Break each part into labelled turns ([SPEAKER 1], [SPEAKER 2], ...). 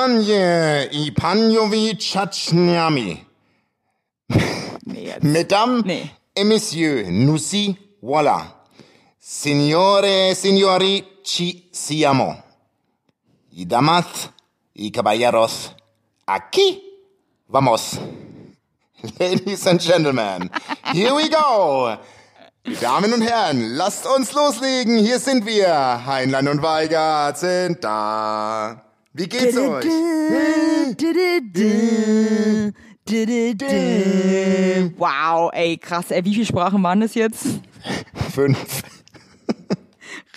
[SPEAKER 1] Panie Ipanjovic Chachnyami.
[SPEAKER 2] Nee, jetzt.
[SPEAKER 1] Mesdames
[SPEAKER 2] Nee.
[SPEAKER 1] et Messieurs, nous y voilà. Signore, signori, ci siamo. Y damas y caballeros, aquí vamos. Ladies and Gentlemen, here we go. Die Damen und Herren, lasst uns loslegen. Hier sind wir. Heinlein und Weigert sind da. Wie geht's euch? Hm.
[SPEAKER 2] Hm. Wow, ey, krass, ey, wie viele Sprachen waren das jetzt?
[SPEAKER 1] Fünf.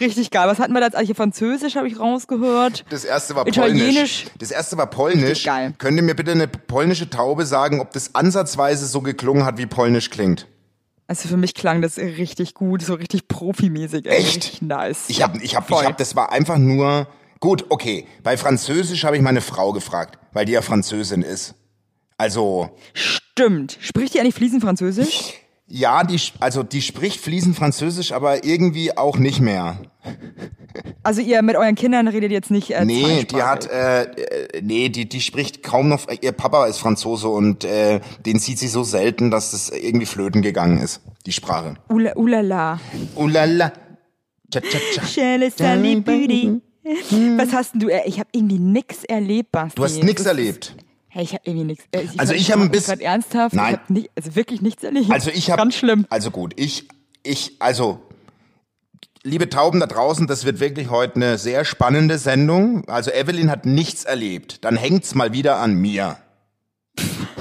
[SPEAKER 2] Richtig geil. Was hatten wir da jetzt? Also Hier Französisch habe ich rausgehört.
[SPEAKER 1] Das erste war
[SPEAKER 2] Italienisch.
[SPEAKER 1] polnisch. Das erste war polnisch.
[SPEAKER 2] Richtig geil.
[SPEAKER 1] Könnt ihr mir bitte eine polnische Taube sagen, ob das ansatzweise so geklungen hat, wie polnisch klingt?
[SPEAKER 2] Also für mich klang das richtig gut, so richtig profimäßig. Ey.
[SPEAKER 1] Echt?
[SPEAKER 2] Richtig nice.
[SPEAKER 1] Ich habe, ich habe, ich
[SPEAKER 2] Voll.
[SPEAKER 1] habe, das war einfach nur gut. Okay, bei Französisch habe ich meine Frau gefragt, weil die ja Französin ist. Also
[SPEAKER 2] Stimmt. Spricht die eigentlich fließend Französisch?
[SPEAKER 1] ja, die, sch- also die spricht fließend Französisch, aber irgendwie auch nicht mehr.
[SPEAKER 2] Also ihr mit euren Kindern redet jetzt nicht äh,
[SPEAKER 1] Nee, die
[SPEAKER 2] zweisprachig.
[SPEAKER 1] hat, äh, äh, nee, die, die spricht kaum noch. Ihr Papa ist Franzose und äh, den sieht sie so selten, dass das irgendwie flöten gegangen ist, die Sprache.
[SPEAKER 2] Ula, ulala.
[SPEAKER 1] Ulala. Cha, cha, cha.
[SPEAKER 2] Schöne Sunny Beauty. Was hast denn du? äh, Ich habe irgendwie nix erlebt, Basti.
[SPEAKER 1] Hm. Du hast nichts
[SPEAKER 2] Das-
[SPEAKER 1] erlebt.
[SPEAKER 2] Hey, ich habe irgendwie nichts. äh, Ich
[SPEAKER 1] Also
[SPEAKER 2] mein,
[SPEAKER 1] ich hab ein
[SPEAKER 2] frag mich
[SPEAKER 1] bisschen-
[SPEAKER 2] grad ernsthaft.
[SPEAKER 1] Nein.
[SPEAKER 2] Ich hab nicht, also wirklich nichts erlebt.
[SPEAKER 1] Also ich habe
[SPEAKER 2] Ganz schlimm.
[SPEAKER 1] Also gut, ich ich also liebe Tauben da draußen, das wird wirklich heute eine sehr spannende Sendung. Also Evelyn hat nichts erlebt. Dann hängt's mal wieder an mir.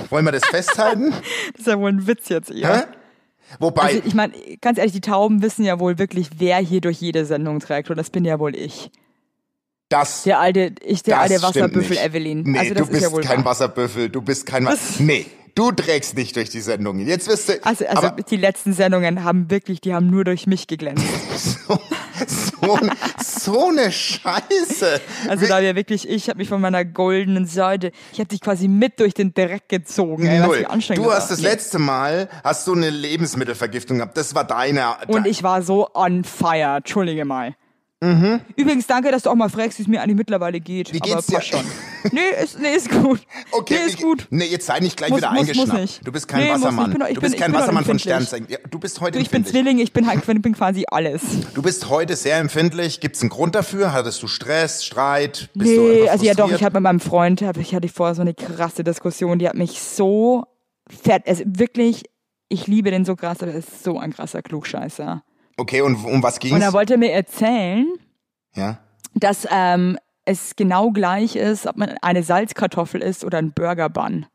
[SPEAKER 1] Wollen wir das festhalten?
[SPEAKER 2] Das ist ja wohl ein Witz jetzt
[SPEAKER 1] Hä?
[SPEAKER 2] eher.
[SPEAKER 1] Wobei
[SPEAKER 2] Also ich meine, ganz ehrlich, die Tauben wissen ja wohl wirklich, wer hier durch jede Sendung trägt. Und das bin ja wohl ich.
[SPEAKER 1] das
[SPEAKER 2] Der alte, ich, der
[SPEAKER 1] das
[SPEAKER 2] alte
[SPEAKER 1] stimmt
[SPEAKER 2] Wasserbüffel
[SPEAKER 1] nicht.
[SPEAKER 2] Evelyn.
[SPEAKER 1] Nee,
[SPEAKER 2] also das
[SPEAKER 1] du bist
[SPEAKER 2] ist ja wohl
[SPEAKER 1] kein
[SPEAKER 2] wahr.
[SPEAKER 1] Wasserbüffel, du bist kein
[SPEAKER 2] Das-
[SPEAKER 1] Was. Nee, du trägst nicht durch die Sendung. Jetzt wirst du
[SPEAKER 2] Also, also
[SPEAKER 1] aber
[SPEAKER 2] die letzten Sendungen haben wirklich, die haben nur durch mich geglänzt.
[SPEAKER 1] so, so, so eine Scheiße.
[SPEAKER 2] Also da ja wirklich, ich habe mich von meiner goldenen Seite, ich habe dich quasi mit durch den Dreck gezogen. Ey, was
[SPEAKER 1] Null.
[SPEAKER 2] ich anstrengend
[SPEAKER 1] Du
[SPEAKER 2] war.
[SPEAKER 1] hast das letzte Mal, hast du eine Lebensmittelvergiftung gehabt. Das war deine.
[SPEAKER 2] Und ich war so on fire, entschuldige mal. Übrigens, danke, dass du auch mal fragst, wie es mir eigentlich mittlerweile geht.
[SPEAKER 1] Mhm. Wie
[SPEAKER 2] aber
[SPEAKER 1] geht's dir?
[SPEAKER 2] passt schon. Nee ist, nee, ist gut.
[SPEAKER 1] okay,
[SPEAKER 2] nee, ist
[SPEAKER 1] ich-
[SPEAKER 2] gut.
[SPEAKER 1] Nee, jetzt sei nicht gleich
[SPEAKER 2] Muss-
[SPEAKER 1] wieder
[SPEAKER 2] muss- muss
[SPEAKER 1] eingeschnappt.
[SPEAKER 2] nicht.
[SPEAKER 1] Du bist kein
[SPEAKER 2] Nee, muss nicht.
[SPEAKER 1] Wassermann.
[SPEAKER 2] Ich bin- ich
[SPEAKER 1] du
[SPEAKER 2] bin-
[SPEAKER 1] bist
[SPEAKER 2] ich
[SPEAKER 1] kein
[SPEAKER 2] bin auch
[SPEAKER 1] Wassermann von
[SPEAKER 2] empfindlich.
[SPEAKER 1] Sternzeichen. Ja, du bist heute
[SPEAKER 2] Du, ich bin
[SPEAKER 1] empfindlich.
[SPEAKER 2] Zwilling, ich bin, halt- ich bin quasi alles.
[SPEAKER 1] Du bist heute sehr empfindlich. Gibt's einen Grund dafür? Hattest du Stress, Streit? Bist du
[SPEAKER 2] nee,
[SPEAKER 1] einfach
[SPEAKER 2] also ja doch, ich
[SPEAKER 1] frustriert?
[SPEAKER 2] habe mit meinem Freund, hab, ich hatte vorher so eine krasse Diskussion, die hat mich so fett, also wirklich, ich liebe den so krass, aber er ist so ein krasser Klugscheißer.
[SPEAKER 1] Okay, und um was ging's?
[SPEAKER 2] Und er wollte mir erzählen,
[SPEAKER 1] ja.
[SPEAKER 2] dass ähm, es genau gleich ist, ob man eine Salzkartoffel isst oder ein Burger Bun.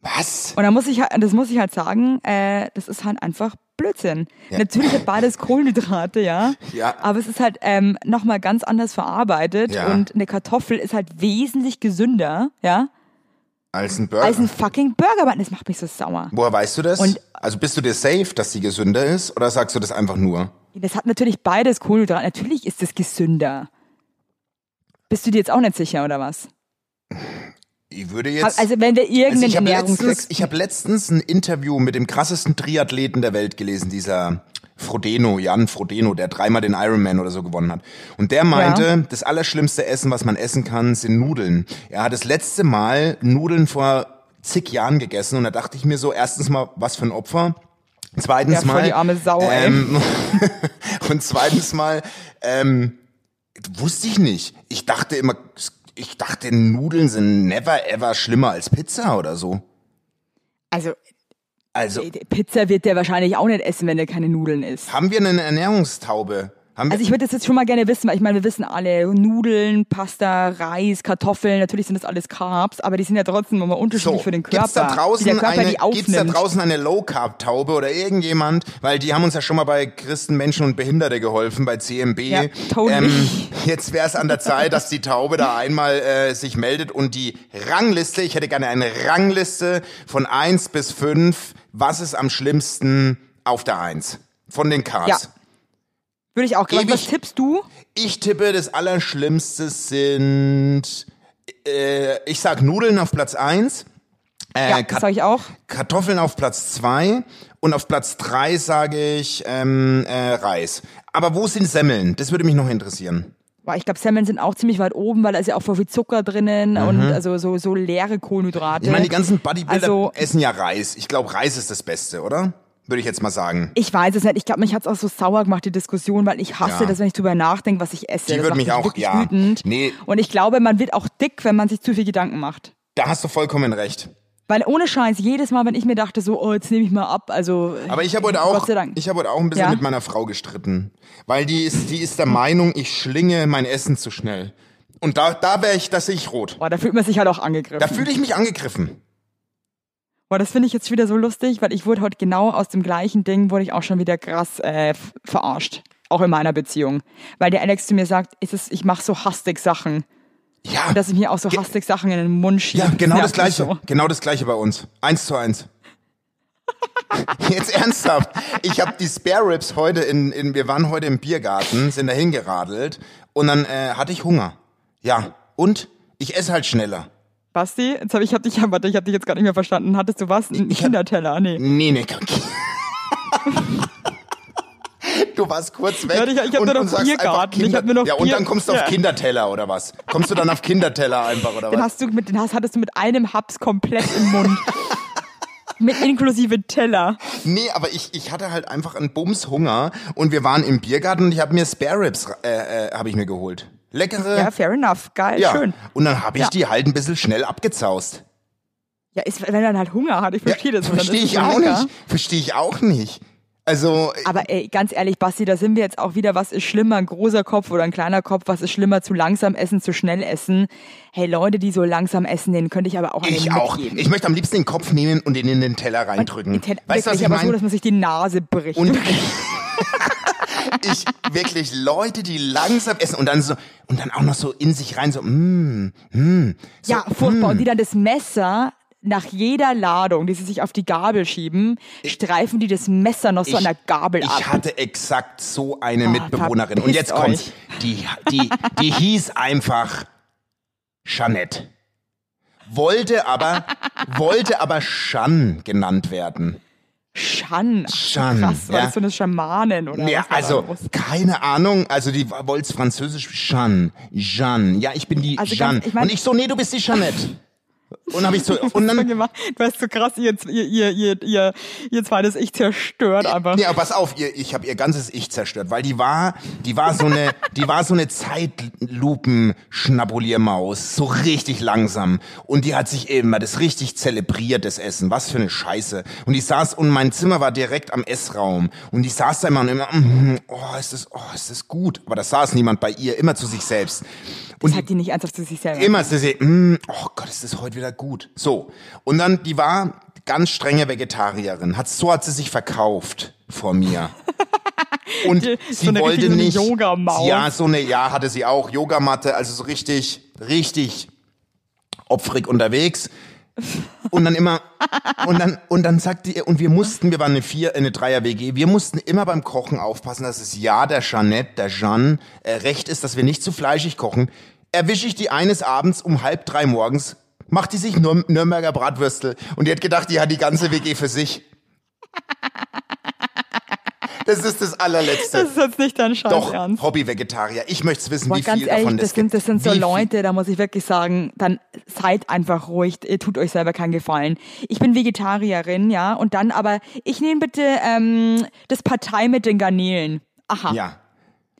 [SPEAKER 1] Was?
[SPEAKER 2] Und da muss ich halt, das muss ich halt sagen, äh, das ist halt einfach Blödsinn.
[SPEAKER 1] Ja.
[SPEAKER 2] Natürlich hat beides Kohlenhydrate, ja.
[SPEAKER 1] Ja.
[SPEAKER 2] Aber es ist halt ähm, nochmal ganz anders verarbeitet
[SPEAKER 1] Ja.
[SPEAKER 2] und eine Kartoffel ist halt wesentlich gesünder, ja,
[SPEAKER 1] Als ein Burger.
[SPEAKER 2] als ein fucking Burger Bun. Das macht mich so sauer.
[SPEAKER 1] Woher weißt du das?
[SPEAKER 2] Und-
[SPEAKER 1] also bist du dir safe, dass sie gesünder ist? Oder sagst du das einfach nur?
[SPEAKER 2] Das hat natürlich beides Kohlenhydrate. Natürlich ist es gesünder. Bist du dir jetzt auch nicht sicher, oder was?
[SPEAKER 1] Ich würde jetzt.
[SPEAKER 2] Also wenn wir
[SPEAKER 1] Also
[SPEAKER 2] irgendeinen
[SPEAKER 1] ich habe letztens,
[SPEAKER 2] Ernährungs...
[SPEAKER 1] ich hab letztens ein Interview mit dem krassesten Triathleten der Welt gelesen, dieser Frodeno, Jan Frodeno, der dreimal den Ironman oder so gewonnen hat. Und der meinte, das allerschlimmste Essen, was man essen kann, sind Nudeln. Er hat das letzte Mal Nudeln vor zig Jahren gegessen und da dachte ich mir so, erstens mal, was für ein Opfer. Zweitens
[SPEAKER 2] Ja, voll
[SPEAKER 1] mal,
[SPEAKER 2] die arme Sau, ey.
[SPEAKER 1] ähm, und zweitens mal, ähm, Wusste ich nicht. Ich dachte immer, ich dachte, Nudeln sind never ever schlimmer als Pizza oder so.
[SPEAKER 2] Also äh,
[SPEAKER 1] Also,
[SPEAKER 2] Pizza wird der wahrscheinlich auch nicht essen, wenn er keine Nudeln isst.
[SPEAKER 1] haben wir eine Ernährungstaube? Haben wir,
[SPEAKER 2] Also ich würde das jetzt schon mal gerne wissen, weil ich meine, wir wissen alle, Nudeln, Pasta, Reis, Kartoffeln, natürlich sind das alles Carbs, aber die sind ja trotzdem immer unterschiedlich für den Körper.
[SPEAKER 1] Gibt's da
[SPEAKER 2] wie
[SPEAKER 1] draußen,
[SPEAKER 2] der Körper
[SPEAKER 1] eine,
[SPEAKER 2] die aufnimmt.
[SPEAKER 1] gibt's da draußen eine Low Carb Taube oder irgendjemand? Weil die haben uns ja schon mal bei Christen, Menschen und Behinderte geholfen bei CMB.
[SPEAKER 2] Ja, totally.
[SPEAKER 1] Ähm, jetzt wäre es an der Zeit, dass die Taube da einmal äh, sich meldet und die Rangliste. Ich hätte gerne eine Rangliste von 1 bis 5. Was ist am schlimmsten auf der 1? Von den Carbs.
[SPEAKER 2] Ja. würde ich auch gerne.
[SPEAKER 1] Ewig-
[SPEAKER 2] Was tippst du?
[SPEAKER 1] Ich tippe, das Allerschlimmste sind. Äh, ich sag Nudeln auf Platz 1. Äh,
[SPEAKER 2] Ja, das sage ich auch.
[SPEAKER 1] Kartoffeln auf Platz zwei und auf Platz drei sage ich ähm, äh, Reis. Aber wo sind Semmeln? Das würde mich noch interessieren.
[SPEAKER 2] Boah, ich glaube, Semmeln sind auch ziemlich weit oben, weil da ist ja auch voll viel Zucker drinnen und also so, so leere Kohlenhydrate.
[SPEAKER 1] Mhm. Ich meine, die ganzen Bodybuilder
[SPEAKER 2] Also-
[SPEAKER 1] essen ja Reis. Ich glaube, Reis ist das Beste, oder? Würde ich jetzt mal sagen.
[SPEAKER 2] Ich weiß es nicht. Ich glaube, mich hat es auch so sauer gemacht, die Diskussion, weil ich hasse
[SPEAKER 1] Ja.
[SPEAKER 2] das, wenn ich drüber nachdenke, was ich esse.
[SPEAKER 1] Die
[SPEAKER 2] das
[SPEAKER 1] würde
[SPEAKER 2] macht
[SPEAKER 1] mich auch-
[SPEAKER 2] wirklich
[SPEAKER 1] ja.
[SPEAKER 2] wütend.
[SPEAKER 1] Nee.
[SPEAKER 2] Und ich glaube, man wird auch dick, wenn man sich zu viel Gedanken macht.
[SPEAKER 1] Da hast du vollkommen recht.
[SPEAKER 2] Weil ohne Scheiß, jedes Mal, wenn ich mir dachte, so, oh, jetzt nehme ich mal ab, also.
[SPEAKER 1] Aber ich habe heute
[SPEAKER 2] Gott
[SPEAKER 1] auch,
[SPEAKER 2] sei Dank.
[SPEAKER 1] ich habe heute auch ein bisschen
[SPEAKER 2] Ja?
[SPEAKER 1] mit meiner Frau gestritten, weil die ist, die ist der Meinung, ich schlinge mein Essen zu schnell. Und da, da wäre ich, da sehe ich rot.
[SPEAKER 2] Boah, da fühlt man sich halt auch angegriffen.
[SPEAKER 1] Da fühle ich mich angegriffen.
[SPEAKER 2] Boah, das finde ich jetzt wieder so lustig, weil ich wurde heute genau aus dem gleichen Ding, wurde ich auch schon wieder krass äh, f- verarscht. Auch in meiner Beziehung. Weil der Alex zu mir sagt, ist es, ich mache so hastig Sachen.
[SPEAKER 1] Ja,
[SPEAKER 2] Dass ich mir auch so hastig Sachen in den Mund schiebe.
[SPEAKER 1] ja, genau das
[SPEAKER 2] Nervt mich
[SPEAKER 1] gleiche,
[SPEAKER 2] so.
[SPEAKER 1] genau das gleiche bei uns. Eins zu eins. Jetzt ernsthaft. Ich habe die Spare Ribs heute in, in, wir waren heute im Biergarten, sind da hingeradelt und dann äh, hatte ich Hunger. Ja, und ich esse halt schneller.
[SPEAKER 2] Basti, jetzt hab ich, hab dich, warte, ich hab dich jetzt gerade nicht mehr verstanden. Hattest du was? Einen
[SPEAKER 1] Ich hab-
[SPEAKER 2] Kinderteller? Nee.
[SPEAKER 1] Nee, nee, Kacke. Du warst kurz weg.
[SPEAKER 2] Ja, ich- ich hab
[SPEAKER 1] und,
[SPEAKER 2] nur noch
[SPEAKER 1] und sagst
[SPEAKER 2] Biergarten.
[SPEAKER 1] einfach Kinder,
[SPEAKER 2] Ich hab nur noch
[SPEAKER 1] Ja, und
[SPEAKER 2] Bier-
[SPEAKER 1] dann kommst du auf
[SPEAKER 2] Ja.
[SPEAKER 1] Kinderteller oder was? Kommst du dann auf Kinderteller einfach oder
[SPEAKER 2] Den
[SPEAKER 1] was?
[SPEAKER 2] hast du mit, den hast, hattest du mit einem Haps komplett im Mund. mit inklusive Teller.
[SPEAKER 1] Nee, aber ich, ich hatte halt einfach einen Bums Hunger und wir waren im Biergarten und ich habe mir Spare Ribs äh, äh, habe ich mir geholt. Leckere.
[SPEAKER 2] Ja, fair enough. Geil,
[SPEAKER 1] ja.
[SPEAKER 2] schön.
[SPEAKER 1] Und dann habe ich
[SPEAKER 2] Ja.
[SPEAKER 1] die halt ein bisschen schnell abgezaust.
[SPEAKER 2] Ja, ist, wenn er dann halt Hunger hat, ich verstehe das. und dann
[SPEAKER 1] Verstehe
[SPEAKER 2] ist es
[SPEAKER 1] ich
[SPEAKER 2] so
[SPEAKER 1] auch
[SPEAKER 2] lecker.
[SPEAKER 1] nicht. Verstehe ich auch nicht. Also
[SPEAKER 2] Aber ey, ganz ehrlich, Basti, da sind wir jetzt auch wieder, was ist schlimmer, ein großer Kopf oder ein kleiner Kopf, was ist schlimmer, zu langsam essen, zu schnell essen. Hey, Leute, die so langsam essen, denen könnte ich aber auch einen
[SPEAKER 1] ich auch.
[SPEAKER 2] mitgeben.
[SPEAKER 1] Ich möchte am liebsten den Kopf nehmen und den in den Teller reindrücken.
[SPEAKER 2] Den Teller-
[SPEAKER 1] weißt du, was
[SPEAKER 2] wirklich,
[SPEAKER 1] ich
[SPEAKER 2] aber
[SPEAKER 1] meine?
[SPEAKER 2] so, dass man sich die Nase bricht.
[SPEAKER 1] Und ich wirklich Leute, die langsam essen und dann so und dann auch noch so in sich rein so mm, mm, so,
[SPEAKER 2] ja, furchtbar. Und die dann das Messer nach jeder Ladung, die sie sich auf die Gabel schieben, streifen die das Messer noch so an der Gabel
[SPEAKER 1] ich
[SPEAKER 2] ab. Ah,
[SPEAKER 1] hatte exakt so eine Mitbewohnerin und
[SPEAKER 2] verpisst
[SPEAKER 1] jetzt kommt's.
[SPEAKER 2] euch.
[SPEAKER 1] Die die die hieß einfach Jeanette. Wollte aber wollte aber Jeanne genannt werden.
[SPEAKER 2] Schan.
[SPEAKER 1] Schan,
[SPEAKER 2] Krass, war
[SPEAKER 1] ja.
[SPEAKER 2] das so eine Schamanin oder
[SPEAKER 1] Ja,
[SPEAKER 2] was war
[SPEAKER 1] also
[SPEAKER 2] da los?
[SPEAKER 1] keine Ahnung, also die wollt's französisch Jeanne, Jeanne. Ja, ich bin die
[SPEAKER 2] Also ganz-
[SPEAKER 1] Jeanne
[SPEAKER 2] ich mein-
[SPEAKER 1] und ich so nee, du bist die Jeanette. Und habe ich so und dann
[SPEAKER 2] Gemacht. Du hast so krass ihr, ihr, ihr, ihr, ihr, ihr zweites Ich zerstört einfach.
[SPEAKER 1] Nee, aber pass auf, ihr, ich habe ihr ganzes Ich zerstört, weil die war, die war so eine, die war so eine Zeitlupen-Schnabuliermaus, so richtig langsam. Und die hat sich immer das richtig zelebriert, das Essen. Was für eine Scheiße. Und ich saß, und mein Zimmer war direkt am Essraum. Und ich saß da immer und immer, mm, oh, ist das, oh, ist das gut. Aber das saß niemand bei ihr, immer zu sich selbst. Und
[SPEAKER 2] Das hat die nicht ernsthaft zu sich selber.
[SPEAKER 1] Immer ist sie, mm, oh Gott, ist das heute wieder gut. So. Und dann, die war ganz strenge Vegetarierin. Hat, so hat sie sich verkauft vor mir. Und
[SPEAKER 2] Die-
[SPEAKER 1] sie
[SPEAKER 2] so eine
[SPEAKER 1] wollte
[SPEAKER 2] richtige- so eine
[SPEAKER 1] nicht.
[SPEAKER 2] Yogamaus.
[SPEAKER 1] ja, so eine, ja, hatte sie auch. Yogamatte, also so richtig, richtig opfrig unterwegs. Und dann immer, und dann, und dann sagt die, und wir mussten, wir waren eine Vier, eine Dreier-WG, wir mussten immer beim Kochen aufpassen, dass es ja der Jeanette, der Jeanne, äh, recht ist, dass wir nicht zu fleischig kochen. Erwische ich die eines Abends um halb drei morgens, macht die sich Nür Nürnberger Bratwürstel und die hat gedacht, die hat die ganze WG für sich. Das ist das allerletzte.
[SPEAKER 2] Das ist jetzt nicht dein Scheiß
[SPEAKER 1] Doch,
[SPEAKER 2] ernst.
[SPEAKER 1] Hobby-Vegetarier. Ich möchte wissen,
[SPEAKER 2] Boah,
[SPEAKER 1] wie
[SPEAKER 2] ganz
[SPEAKER 1] viel
[SPEAKER 2] ehrlich,
[SPEAKER 1] davon
[SPEAKER 2] das
[SPEAKER 1] das gibt.
[SPEAKER 2] sind, das sind so
[SPEAKER 1] Wie viel-
[SPEAKER 2] Leute, da muss ich wirklich sagen, dann seid einfach ruhig, ihr tut euch selber keinen Gefallen. Ich bin Vegetarierin, ja, und dann aber, ich nehme bitte ähm, das Partei mit den Garnelen. Aha.
[SPEAKER 1] Ja.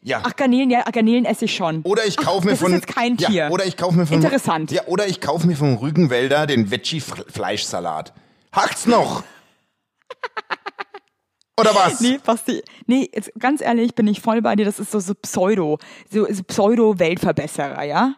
[SPEAKER 1] Ja.
[SPEAKER 2] Ach, Garnelen, ja, Garnelen esse ich schon.
[SPEAKER 1] Oder ich kaufe mir
[SPEAKER 2] das ist
[SPEAKER 1] von
[SPEAKER 2] jetzt kein
[SPEAKER 1] Ja,
[SPEAKER 2] Tier.
[SPEAKER 1] oder ich kaufe mir von
[SPEAKER 2] Interessant.
[SPEAKER 1] Ja, oder ich kaufe mir vom Rügenwälder den Veggie Fleischsalat. Hackt's noch? oder was?
[SPEAKER 2] Nee, Basti, nee, jetzt ganz ehrlich, bin ich voll bei dir, das ist so, so Pseudo, so, so Pseudo-Weltverbesserer, ja?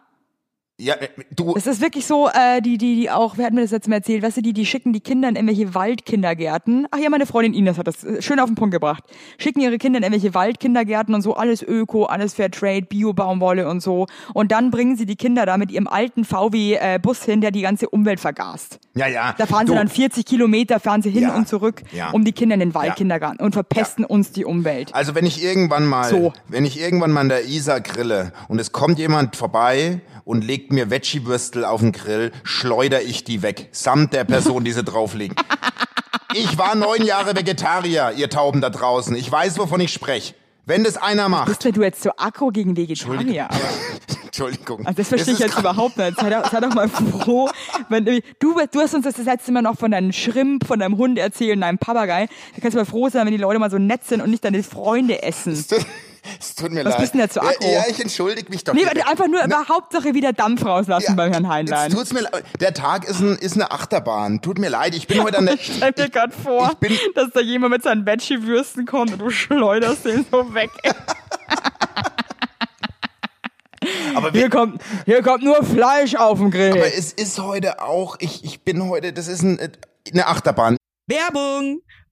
[SPEAKER 1] Ja, äh, du
[SPEAKER 2] Das ist wirklich so, äh, die, die, die auch, wer hat mir das letzte Mal erzählt, weißt du, die, die schicken die Kinder in irgendwelche Waldkindergärten. Ach ja, meine Freundin Ines hat das äh, schön auf den Punkt gebracht. Schicken ihre Kinder in irgendwelche Waldkindergärten und so, alles Öko, alles Fairtrade, Bio-Baumwolle und so. Und dann bringen sie die Kinder da mit ihrem alten VW-Bus hin, der die ganze Umwelt vergast.
[SPEAKER 1] Ja, ja.
[SPEAKER 2] Da fahren
[SPEAKER 1] du,
[SPEAKER 2] sie dann 40 Kilometer, fahren sie hin
[SPEAKER 1] Ja.
[SPEAKER 2] und zurück,
[SPEAKER 1] Ja.
[SPEAKER 2] um die Kinder in den Waldkindergarten und verpesten uns die Umwelt.
[SPEAKER 1] Also wenn ich irgendwann mal,
[SPEAKER 2] So.
[SPEAKER 1] wenn ich irgendwann mal an der Isar grille und es kommt jemand vorbei und legt mir Veggie-Würstel auf den Grill, schleuder ich die weg, samt der Person, die sie drauflegt. Ich war neun Jahre Vegetarier, ihr Tauben da draußen. Ich weiß, wovon ich spreche. Wenn das einer macht.
[SPEAKER 2] Bist denn du jetzt so aggro gegen Vegetarier?
[SPEAKER 1] Entschuldigung.
[SPEAKER 2] Aber
[SPEAKER 1] Entschuldigung.
[SPEAKER 2] also das verstehe ich jetzt überhaupt nicht. Sei doch, sei doch mal froh. Wenn, du, du hast uns das letzte Mal noch von deinem Schrimp, von deinem Hund erzählt und deinem Papagei. Da kannst du mal froh sein, wenn die Leute mal so nett sind und nicht deine Freunde essen.
[SPEAKER 1] Es tut, es tut mir leid. Äh,
[SPEAKER 2] bist denn jetzt so aggro?
[SPEAKER 1] ja, ja, ich entschuldige mich doch.
[SPEAKER 2] Nee,
[SPEAKER 1] bitte.
[SPEAKER 2] warte, einfach nur über Hauptsache wieder Dampf rauslassen
[SPEAKER 1] Ja,
[SPEAKER 2] beim Herrn
[SPEAKER 1] Jetzt
[SPEAKER 2] Heinlein.
[SPEAKER 1] tut's mir leid. Der Tag ist, ein, ist eine Achterbahn. Tut mir leid, ich bin heute an der.
[SPEAKER 2] Ich stell dir gerade vor,
[SPEAKER 1] ich bin-
[SPEAKER 2] dass da jemand mit seinen Veggie-Würsten kommt und du schleuderst den so weg.
[SPEAKER 1] Aber, wir,
[SPEAKER 2] Hier kommt, hier kommt nur Fleisch auf dem Grill.
[SPEAKER 1] aber es ist heute auch. Ich, ich bin heute. Das ist ein, äh, eine Achterbahn.
[SPEAKER 3] Werbung!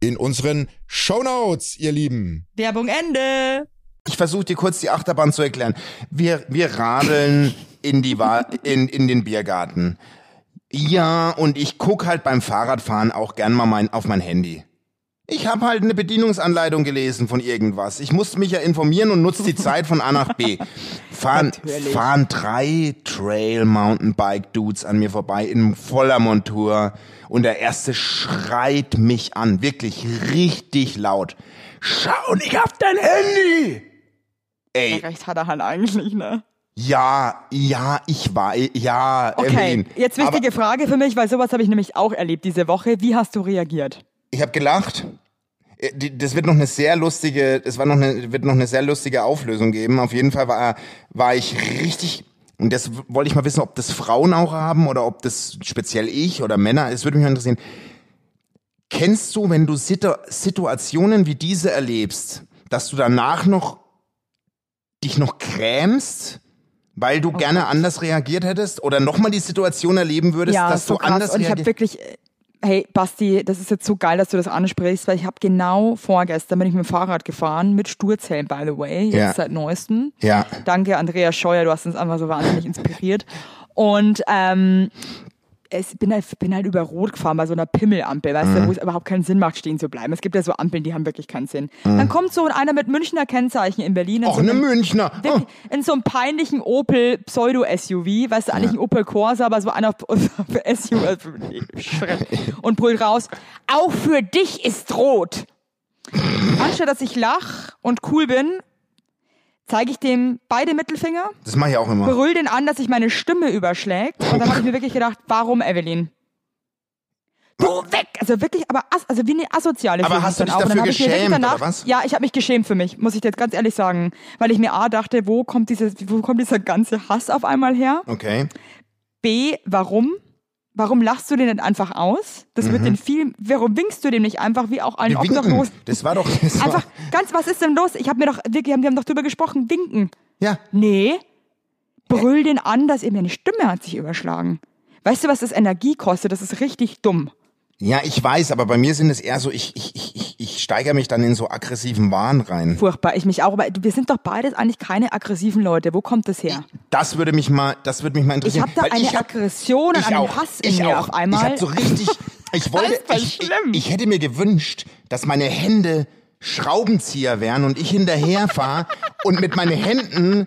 [SPEAKER 4] in unseren Shownotes, ihr Lieben.
[SPEAKER 3] Werbung Ende!
[SPEAKER 1] Ich versuche dir kurz die Achterbahn zu erklären. Wir, wir radeln in, die Wa in, in den Biergarten. Ja, und ich guck halt beim Fahrradfahren auch gern mal mein, auf mein Handy. Ich habe halt eine Bedienungsanleitung gelesen von irgendwas. Ich musste mich ja informieren und nutze die Zeit von A nach B. Fahren, fahren drei Trail Mountain Bike Dudes an mir vorbei in voller Montur und der erste schreit mich an, wirklich richtig laut. Schau nicht auf dein Handy! Ey,
[SPEAKER 2] Recht hat er halt eigentlich, ne?
[SPEAKER 1] ja, ja, ich war, ja,
[SPEAKER 2] Okay,
[SPEAKER 1] Evelyn.
[SPEAKER 2] jetzt
[SPEAKER 1] Aber
[SPEAKER 2] wichtige Frage für mich, weil sowas habe ich nämlich auch erlebt diese Woche. Wie hast du reagiert?
[SPEAKER 1] Ich habe gelacht. Äh, die- Das wird noch eine sehr lustige, es war noch eine, wird noch eine sehr lustige Auflösung geben. Auf jeden Fall war, war ich richtig, und das w- wollte ich mal wissen, ob das Frauen auch haben oder ob das speziell ich oder Männer, es würde mich mal interessieren. Kennst du, wenn du Situ Situationen wie diese erlebst, dass du danach noch dich noch grämst, weil
[SPEAKER 2] Oh
[SPEAKER 1] du gerne anders reagiert hättest oder nochmal die Situation erleben würdest,
[SPEAKER 2] ja,
[SPEAKER 1] dass
[SPEAKER 2] so
[SPEAKER 1] du
[SPEAKER 2] krass.
[SPEAKER 1] anders
[SPEAKER 2] und ich habe
[SPEAKER 1] reagierst?
[SPEAKER 2] wirklich, äh, hey Basti, das ist jetzt so geil, dass du das ansprichst, weil ich habe genau vorgestern bin ich mit dem Fahrrad gefahren, mit Sturzhelm, by the way, jetzt
[SPEAKER 1] Ja.
[SPEAKER 2] seit neuestem.
[SPEAKER 1] Ja.
[SPEAKER 2] Danke, Andrea Scheuer, du hast uns einfach so wahnsinnig inspiriert. Und ähm, es bin halt, bin halt über Rot gefahren bei so einer Pimmelampel, weißt du, wo es überhaupt keinen Sinn macht, stehen zu bleiben. Es gibt ja so Ampeln, die haben wirklich keinen Sinn. Dann kommt so einer mit Münchner Kennzeichen in Berlin. in
[SPEAKER 1] Auch
[SPEAKER 2] so
[SPEAKER 1] eine
[SPEAKER 2] einem-
[SPEAKER 1] Münchner. Oh.
[SPEAKER 2] Wirklich, in so einem peinlichen Opel Pseudo-SUV, weißt du, eigentlich ein Opel Corsa, aber so einer auf- auf SUV und brüllt raus, auch für dich ist rot. Anstatt dass ich lach und cool bin, zeige ich dem beide Mittelfinger,
[SPEAKER 1] Das mache ich auch immer.
[SPEAKER 2] brüll den an, dass sich meine Stimme überschlägt und dann habe ich mir wirklich gedacht, warum Evelyn? Du weg! Also wirklich, aber as, also wie eine asoziale
[SPEAKER 1] Aber
[SPEAKER 2] fühle ich
[SPEAKER 1] hast du dich
[SPEAKER 2] mich
[SPEAKER 1] dafür
[SPEAKER 2] dann auch. Und dann habe ich mir wirklich
[SPEAKER 1] geschämt,
[SPEAKER 2] danach,
[SPEAKER 1] oder was?
[SPEAKER 2] Ja, ich habe mich geschämt für mich, muss ich dir jetzt ganz ehrlich sagen. Weil ich mir A dachte, wo kommt, dieses, wo kommt dieser ganze Hass auf einmal her?
[SPEAKER 1] Okay.
[SPEAKER 2] B, warum? Warum lachst du den denn einfach aus? Das wird den viel. Warum winkst du dem nicht einfach wie auch allen
[SPEAKER 1] Wir
[SPEAKER 2] Obdachlosen?
[SPEAKER 1] Mhm. winken. hm, Das war doch. Das war,
[SPEAKER 2] Einfach ganz, was ist denn los? Ich habe mir doch wirklich, wir haben doch drüber gesprochen, winken.
[SPEAKER 1] ja.
[SPEAKER 2] Nee, brüll den an, dass eben deine Stimme hat sich überschlagen. Weißt du, was das Energie kostet? Das ist richtig dumm.
[SPEAKER 1] ja, ich weiß, aber bei mir sind es eher so, ich, ich, ich, ich, ich steigere mich dann in so aggressiven Wahn rein.
[SPEAKER 2] Furchtbar, ich mich auch. Aber wir sind doch beides eigentlich keine aggressiven Leute. Wo kommt das her?
[SPEAKER 1] Das würde mich mal, das würde mich mal
[SPEAKER 2] Ich
[SPEAKER 1] interessieren.
[SPEAKER 2] habe da
[SPEAKER 1] weil
[SPEAKER 2] eine
[SPEAKER 1] ich hab-
[SPEAKER 2] Aggression und
[SPEAKER 1] ich
[SPEAKER 2] einen
[SPEAKER 1] auch,
[SPEAKER 2] Hass in
[SPEAKER 1] ich
[SPEAKER 2] mir
[SPEAKER 1] auch.
[SPEAKER 2] auf einmal.
[SPEAKER 1] Ich hab so richtig, ich wollte,
[SPEAKER 2] ist voll
[SPEAKER 1] ich, ich,
[SPEAKER 2] schlimm.
[SPEAKER 1] ich hätte mir gewünscht, dass meine Hände Schraubenzieher wären und ich hinterher fahre und mit meinen Händen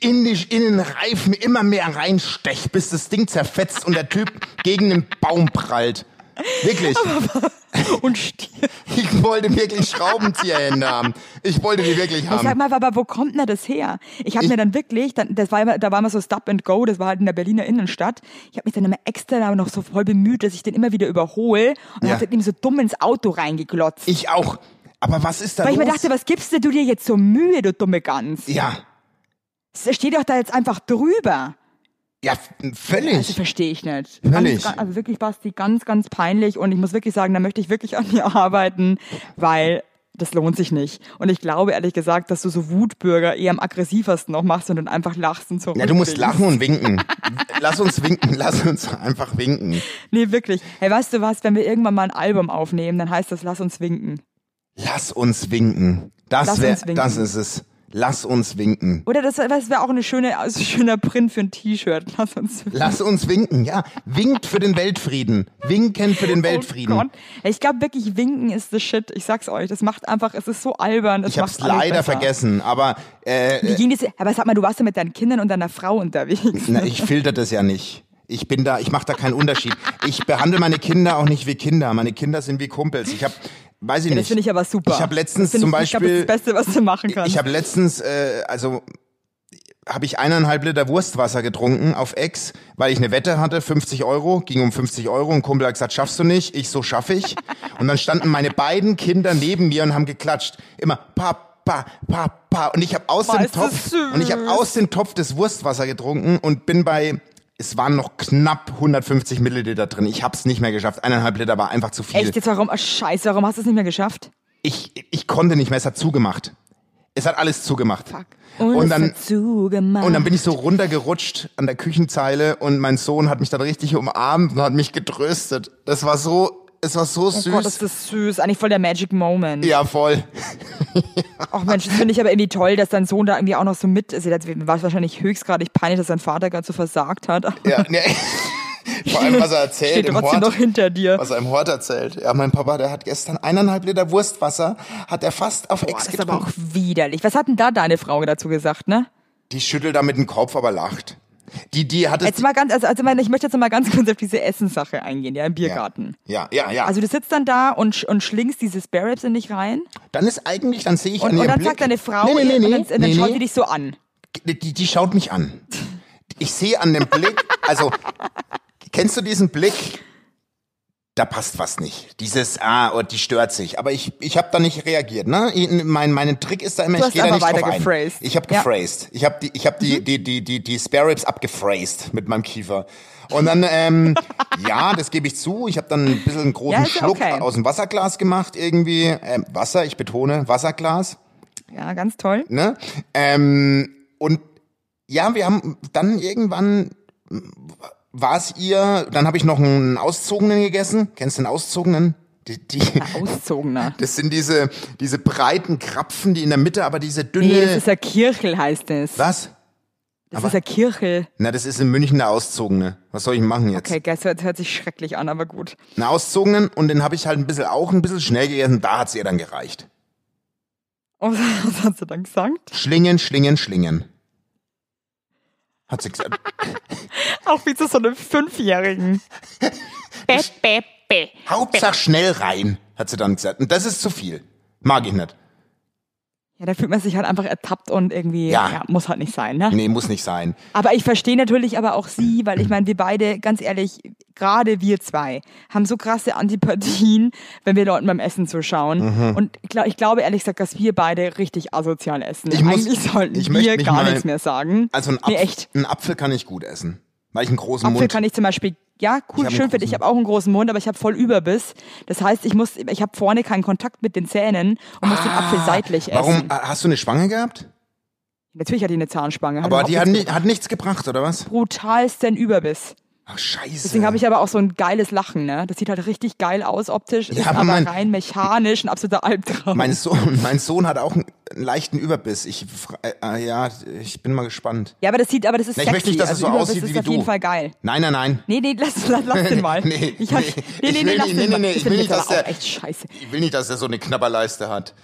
[SPEAKER 1] in, die, in den Reifen immer mehr reinstech, bis das Ding zerfetzt und der Typ gegen den Baum prallt. Wirklich.
[SPEAKER 2] Und stirbt.
[SPEAKER 1] Ich wollte wirklich Schraubenzieherhände haben. Ich wollte die wirklich
[SPEAKER 2] Ich sag
[SPEAKER 1] haben.
[SPEAKER 2] mal, aber wo kommt denn das her? Ich habe mir dann wirklich, dann, das war, immer- da war mal so Stop and Go, das war halt in der Berliner Innenstadt. Ich habe mich dann immer extra aber noch so voll bemüht, dass ich den immer wieder überhole und
[SPEAKER 1] Ja.
[SPEAKER 2] hab dann ihm so dumm ins Auto reingeglotzt.
[SPEAKER 1] Ich auch. Aber was ist da
[SPEAKER 2] weil ich
[SPEAKER 1] los?
[SPEAKER 2] mir dachte, was gibst denn du dir jetzt so Mühe, du dumme Gans?
[SPEAKER 1] ja,
[SPEAKER 2] Es steht doch da jetzt einfach drüber.
[SPEAKER 1] ja, f- völlig.
[SPEAKER 2] Also verstehe ich nicht.
[SPEAKER 1] Völlig.
[SPEAKER 2] Ganz, also wirklich, Basti, ganz, ganz peinlich. Und ich muss wirklich sagen, da möchte ich wirklich an mir arbeiten, weil das lohnt sich nicht. Und ich glaube ehrlich gesagt, dass du so Wutbürger eher am aggressivsten noch machst und dann einfach lachst und so.
[SPEAKER 1] ja, du musst lachen und winken. lass uns winken, lass uns einfach winken.
[SPEAKER 2] Nee, wirklich. Hey, weißt du was, wenn wir irgendwann mal ein Album aufnehmen, dann heißt das, lass uns winken.
[SPEAKER 1] Lass uns winken. Das
[SPEAKER 2] Lass
[SPEAKER 1] wäre,
[SPEAKER 2] uns winken.
[SPEAKER 1] das ist es. Lass uns winken.
[SPEAKER 2] Oder das, das wäre auch eine schöne, also ein schöner Print für ein T-Shirt. Lass uns winken.
[SPEAKER 1] Lass uns winken, ja. Winkt für den Weltfrieden. Winken für den
[SPEAKER 2] Oh
[SPEAKER 1] Weltfrieden.
[SPEAKER 2] Gott. Hey, Ich glaube wirklich, winken ist the shit. Ich sag's euch. Das macht einfach, es ist so albern. Das
[SPEAKER 1] ich hab's
[SPEAKER 2] macht alles
[SPEAKER 1] leider
[SPEAKER 2] besser.
[SPEAKER 1] vergessen, aber äh,
[SPEAKER 2] Wie ging das? Aber sag mal, du warst ja mit deinen Kindern und deiner Frau unterwegs.
[SPEAKER 1] na, ich filter das ja nicht. Ich bin da, ich mache da keinen Unterschied. Ich behandle meine Kinder auch nicht wie Kinder. Meine Kinder sind wie Kumpels. Ich habe, weiß ich nicht.
[SPEAKER 2] Das finde ich aber super.
[SPEAKER 1] Ich habe letztens
[SPEAKER 2] Das find
[SPEAKER 1] zum
[SPEAKER 2] ich- Ich
[SPEAKER 1] Beispiel,
[SPEAKER 2] glaube, das ist das Beste, was du machen kannst.
[SPEAKER 1] ich habe letztens, äh, also habe ich eineinhalb Liter Wurstwasser getrunken auf Ex, weil ich eine Wette hatte, 50 Euro, ging um 50 Euro und Kumpel hat gesagt, schaffst du nicht, ich so schaff ich. Und dann standen meine beiden Kinder neben mir und haben geklatscht. Immer Papa, Papa. Und ich habe aus
[SPEAKER 2] Boah,
[SPEAKER 1] dem
[SPEAKER 2] ist das
[SPEAKER 1] Topf
[SPEAKER 2] süß.
[SPEAKER 1] und ich habe aus dem Topf das Wurstwasser getrunken und bin bei, es waren noch knapp 150 Milliliter drin. Ich hab's nicht mehr geschafft. Eineinhalb Liter war einfach zu viel.
[SPEAKER 2] Echt, jetzt warum? Oh, scheiße, warum hast du es nicht mehr geschafft?
[SPEAKER 1] Ich, ich konnte nicht mehr, es hat zugemacht. Es hat alles zugemacht. Fuck. und
[SPEAKER 2] es
[SPEAKER 1] dann
[SPEAKER 2] wird zugemacht.
[SPEAKER 1] und dann bin ich so runtergerutscht an der Küchenzeile und mein Sohn hat mich dann richtig umarmt und hat mich getröstet. Das war so, es war so
[SPEAKER 2] Oh
[SPEAKER 1] süß.
[SPEAKER 2] Gott, ist das süß. Eigentlich voll der Magic Moment.
[SPEAKER 1] ja, voll.
[SPEAKER 2] Ach Mensch, das finde ich aber irgendwie toll, dass dein Sohn da irgendwie auch noch so mit ist. Das war es wahrscheinlich höchstgradig peinlich, dass dein Vater gerade so versagt hat.
[SPEAKER 1] Ja, ne, vor allem, was er erzählt
[SPEAKER 2] Steht
[SPEAKER 1] im
[SPEAKER 2] trotzdem
[SPEAKER 1] Hort.
[SPEAKER 2] noch hinter dir.
[SPEAKER 1] Was er im Hort erzählt. Ja, mein Papa, der hat gestern eineinhalb Liter Wurstwasser, hat er fast auf
[SPEAKER 2] Boah,
[SPEAKER 1] Ex
[SPEAKER 2] das ist aber auch
[SPEAKER 1] getrunken.
[SPEAKER 2] widerlich. Was hat denn da deine Frau dazu gesagt, ne?
[SPEAKER 1] Die schüttelt damit den Kopf, aber lacht. Die, die hat es...
[SPEAKER 2] Jetzt mal ganz, also, also ich meine, ich möchte jetzt mal ganz kurz auf diese Essenssache eingehen, ja, im Biergarten.
[SPEAKER 1] ja, ja, ja.
[SPEAKER 2] Also du sitzt dann da und, sch- und schlingst diese Spare Ribs in dich rein
[SPEAKER 1] dann ist eigentlich, dann sehe ich an
[SPEAKER 2] und, und
[SPEAKER 1] ihrem
[SPEAKER 2] dann
[SPEAKER 1] Blick...
[SPEAKER 2] sagt deine Frau
[SPEAKER 1] nee, nee, nee,
[SPEAKER 2] und
[SPEAKER 1] nee,
[SPEAKER 2] dann, und dann
[SPEAKER 1] nee,
[SPEAKER 2] schaut
[SPEAKER 1] nee.
[SPEAKER 2] die dich so an.
[SPEAKER 1] die, die, die schaut mich an. Ich sehe an dem Blick, also kennst du diesen Blick? Da passt was nicht. Dieses, ah, oh, die stört sich. Aber ich, ich habe da nicht reagiert. Ne? Ich- Mein, mein Trick ist da immer,
[SPEAKER 2] Du
[SPEAKER 1] ich
[SPEAKER 2] hast
[SPEAKER 1] gehe da
[SPEAKER 2] einfach
[SPEAKER 1] nicht drauf
[SPEAKER 2] weiter
[SPEAKER 1] ein.
[SPEAKER 2] gephrased.
[SPEAKER 1] Ich habe
[SPEAKER 2] Ja. Mhm.
[SPEAKER 1] gephrased. Ich habe die, ich hab die, die, die, die, die Spare Ribs abgephrased mit meinem Kiefer. Und dann, ähm, ja, das gebe ich zu. Ich habe dann ein bisschen einen großen
[SPEAKER 2] Ja, ist ja
[SPEAKER 1] Schluck
[SPEAKER 2] okay.
[SPEAKER 1] aus dem Wasserglas gemacht irgendwie. Ähm, Wasser, ich betone, Wasserglas
[SPEAKER 2] Ja, ganz toll.
[SPEAKER 1] ne? Ähm, und ja, wir haben dann irgendwann war es ihr, dann habe ich noch einen Auszogenen gegessen. Kennst du den Auszogenen? Die, die,
[SPEAKER 2] Auszogener.
[SPEAKER 1] das sind diese, diese breiten Krapfen, die in der Mitte, aber diese dünne.
[SPEAKER 2] Nee, das ist der Kirchel, heißt es. Das
[SPEAKER 1] was? aber-
[SPEAKER 2] ist der Kirchel.
[SPEAKER 1] Na, das ist in München der Auszogene. Was soll ich denn machen jetzt?
[SPEAKER 2] Okay, das hört, hört sich schrecklich an, aber gut.
[SPEAKER 1] Einen Auszogenen und den habe ich halt ein bisschen auch ein bisschen schnell gegessen. Da hat's ihr dann gereicht.
[SPEAKER 2] Und was hast du dann gesagt?
[SPEAKER 1] Schlingen, schlingen, schlingen. Hat sie gesagt.
[SPEAKER 2] Auch wie zu so einem Fünfjährigen.
[SPEAKER 1] Hauptsache
[SPEAKER 2] Genau.
[SPEAKER 1] schnell rein, hat sie dann gesagt. Und das ist zu viel. Mag ich nicht.
[SPEAKER 2] Ja, da fühlt man sich halt einfach ertappt und irgendwie,
[SPEAKER 1] Ja.
[SPEAKER 2] ja, muss halt nicht sein, ne?
[SPEAKER 1] Nee, muss nicht sein.
[SPEAKER 2] Aber ich verstehe natürlich aber auch sie, weil ich meine, wir beide, ganz ehrlich, gerade wir zwei haben so krasse Antipathien, wenn wir Leuten beim Essen zuschauen.
[SPEAKER 1] Mhm.
[SPEAKER 2] Und ich, glaub, ich glaube ehrlich gesagt, dass wir beide richtig asozial essen.
[SPEAKER 1] Ich muss-
[SPEAKER 2] Eigentlich sollten
[SPEAKER 1] ich möchte
[SPEAKER 2] wir
[SPEAKER 1] mich
[SPEAKER 2] gar
[SPEAKER 1] mal-
[SPEAKER 2] nichts mehr sagen.
[SPEAKER 1] Also ein, Apf
[SPEAKER 2] nee, echt.
[SPEAKER 1] ein Apfel kann ich gut essen, weil ich einen großen
[SPEAKER 2] Apfel
[SPEAKER 1] Mund
[SPEAKER 2] kann ich zum Beispiel, ja,
[SPEAKER 1] Ich hab
[SPEAKER 2] cool,
[SPEAKER 1] einen
[SPEAKER 2] schön für dich. Ich habe auch einen großen Mund, aber ich habe voll Überbiss. Das heißt, ich muss, ich habe vorne keinen Kontakt mit den Zähnen und muss den Apfel seitlich essen.
[SPEAKER 1] Warum äh, hast du eine Schwange gehabt?
[SPEAKER 2] Natürlich hat die eine Zahnspange.
[SPEAKER 1] Aber die hat,
[SPEAKER 2] überhaupt nichts
[SPEAKER 1] nicht, hat nichts gebracht, oder was?
[SPEAKER 2] brutalsten Überbiss.
[SPEAKER 1] Ach Scheiße.
[SPEAKER 2] Deswegen habe ich aber auch so ein geiles Lachen, ne? Das sieht halt richtig geil aus optisch, ist
[SPEAKER 1] aber
[SPEAKER 2] aber
[SPEAKER 1] mein-
[SPEAKER 2] rein mechanisch ein absoluter Albtraum.
[SPEAKER 1] mein Sohn, mein Sohn hat auch einen, einen leichten Überbiss. Ich, fra- äh, äh, ja, ich bin mal gespannt.
[SPEAKER 2] ja, aber das sieht, aber das ist
[SPEAKER 1] Na, ich
[SPEAKER 2] sexy.
[SPEAKER 1] möchte nicht, dass es
[SPEAKER 2] also
[SPEAKER 1] so
[SPEAKER 2] Überbiss
[SPEAKER 1] aussieht
[SPEAKER 2] ist
[SPEAKER 1] wie
[SPEAKER 2] auf
[SPEAKER 1] du.
[SPEAKER 2] jeden Fall geil.
[SPEAKER 1] Nein, nein, nein.
[SPEAKER 2] Nee, nee, lass, lass, lass den mal.
[SPEAKER 1] Nee,
[SPEAKER 2] ich hab,
[SPEAKER 1] nee,
[SPEAKER 2] nee, nee,
[SPEAKER 1] ich will
[SPEAKER 2] lass
[SPEAKER 1] nicht,
[SPEAKER 2] den
[SPEAKER 1] nee,
[SPEAKER 2] mal.
[SPEAKER 1] nee, nee,
[SPEAKER 2] Das
[SPEAKER 1] ich
[SPEAKER 2] finde
[SPEAKER 1] will
[SPEAKER 2] ich
[SPEAKER 1] nicht,
[SPEAKER 2] jetzt
[SPEAKER 1] dass
[SPEAKER 2] aber auch
[SPEAKER 1] der-
[SPEAKER 2] echt scheiße.
[SPEAKER 1] Ich will nicht, dass er so eine Knabberleiste hat.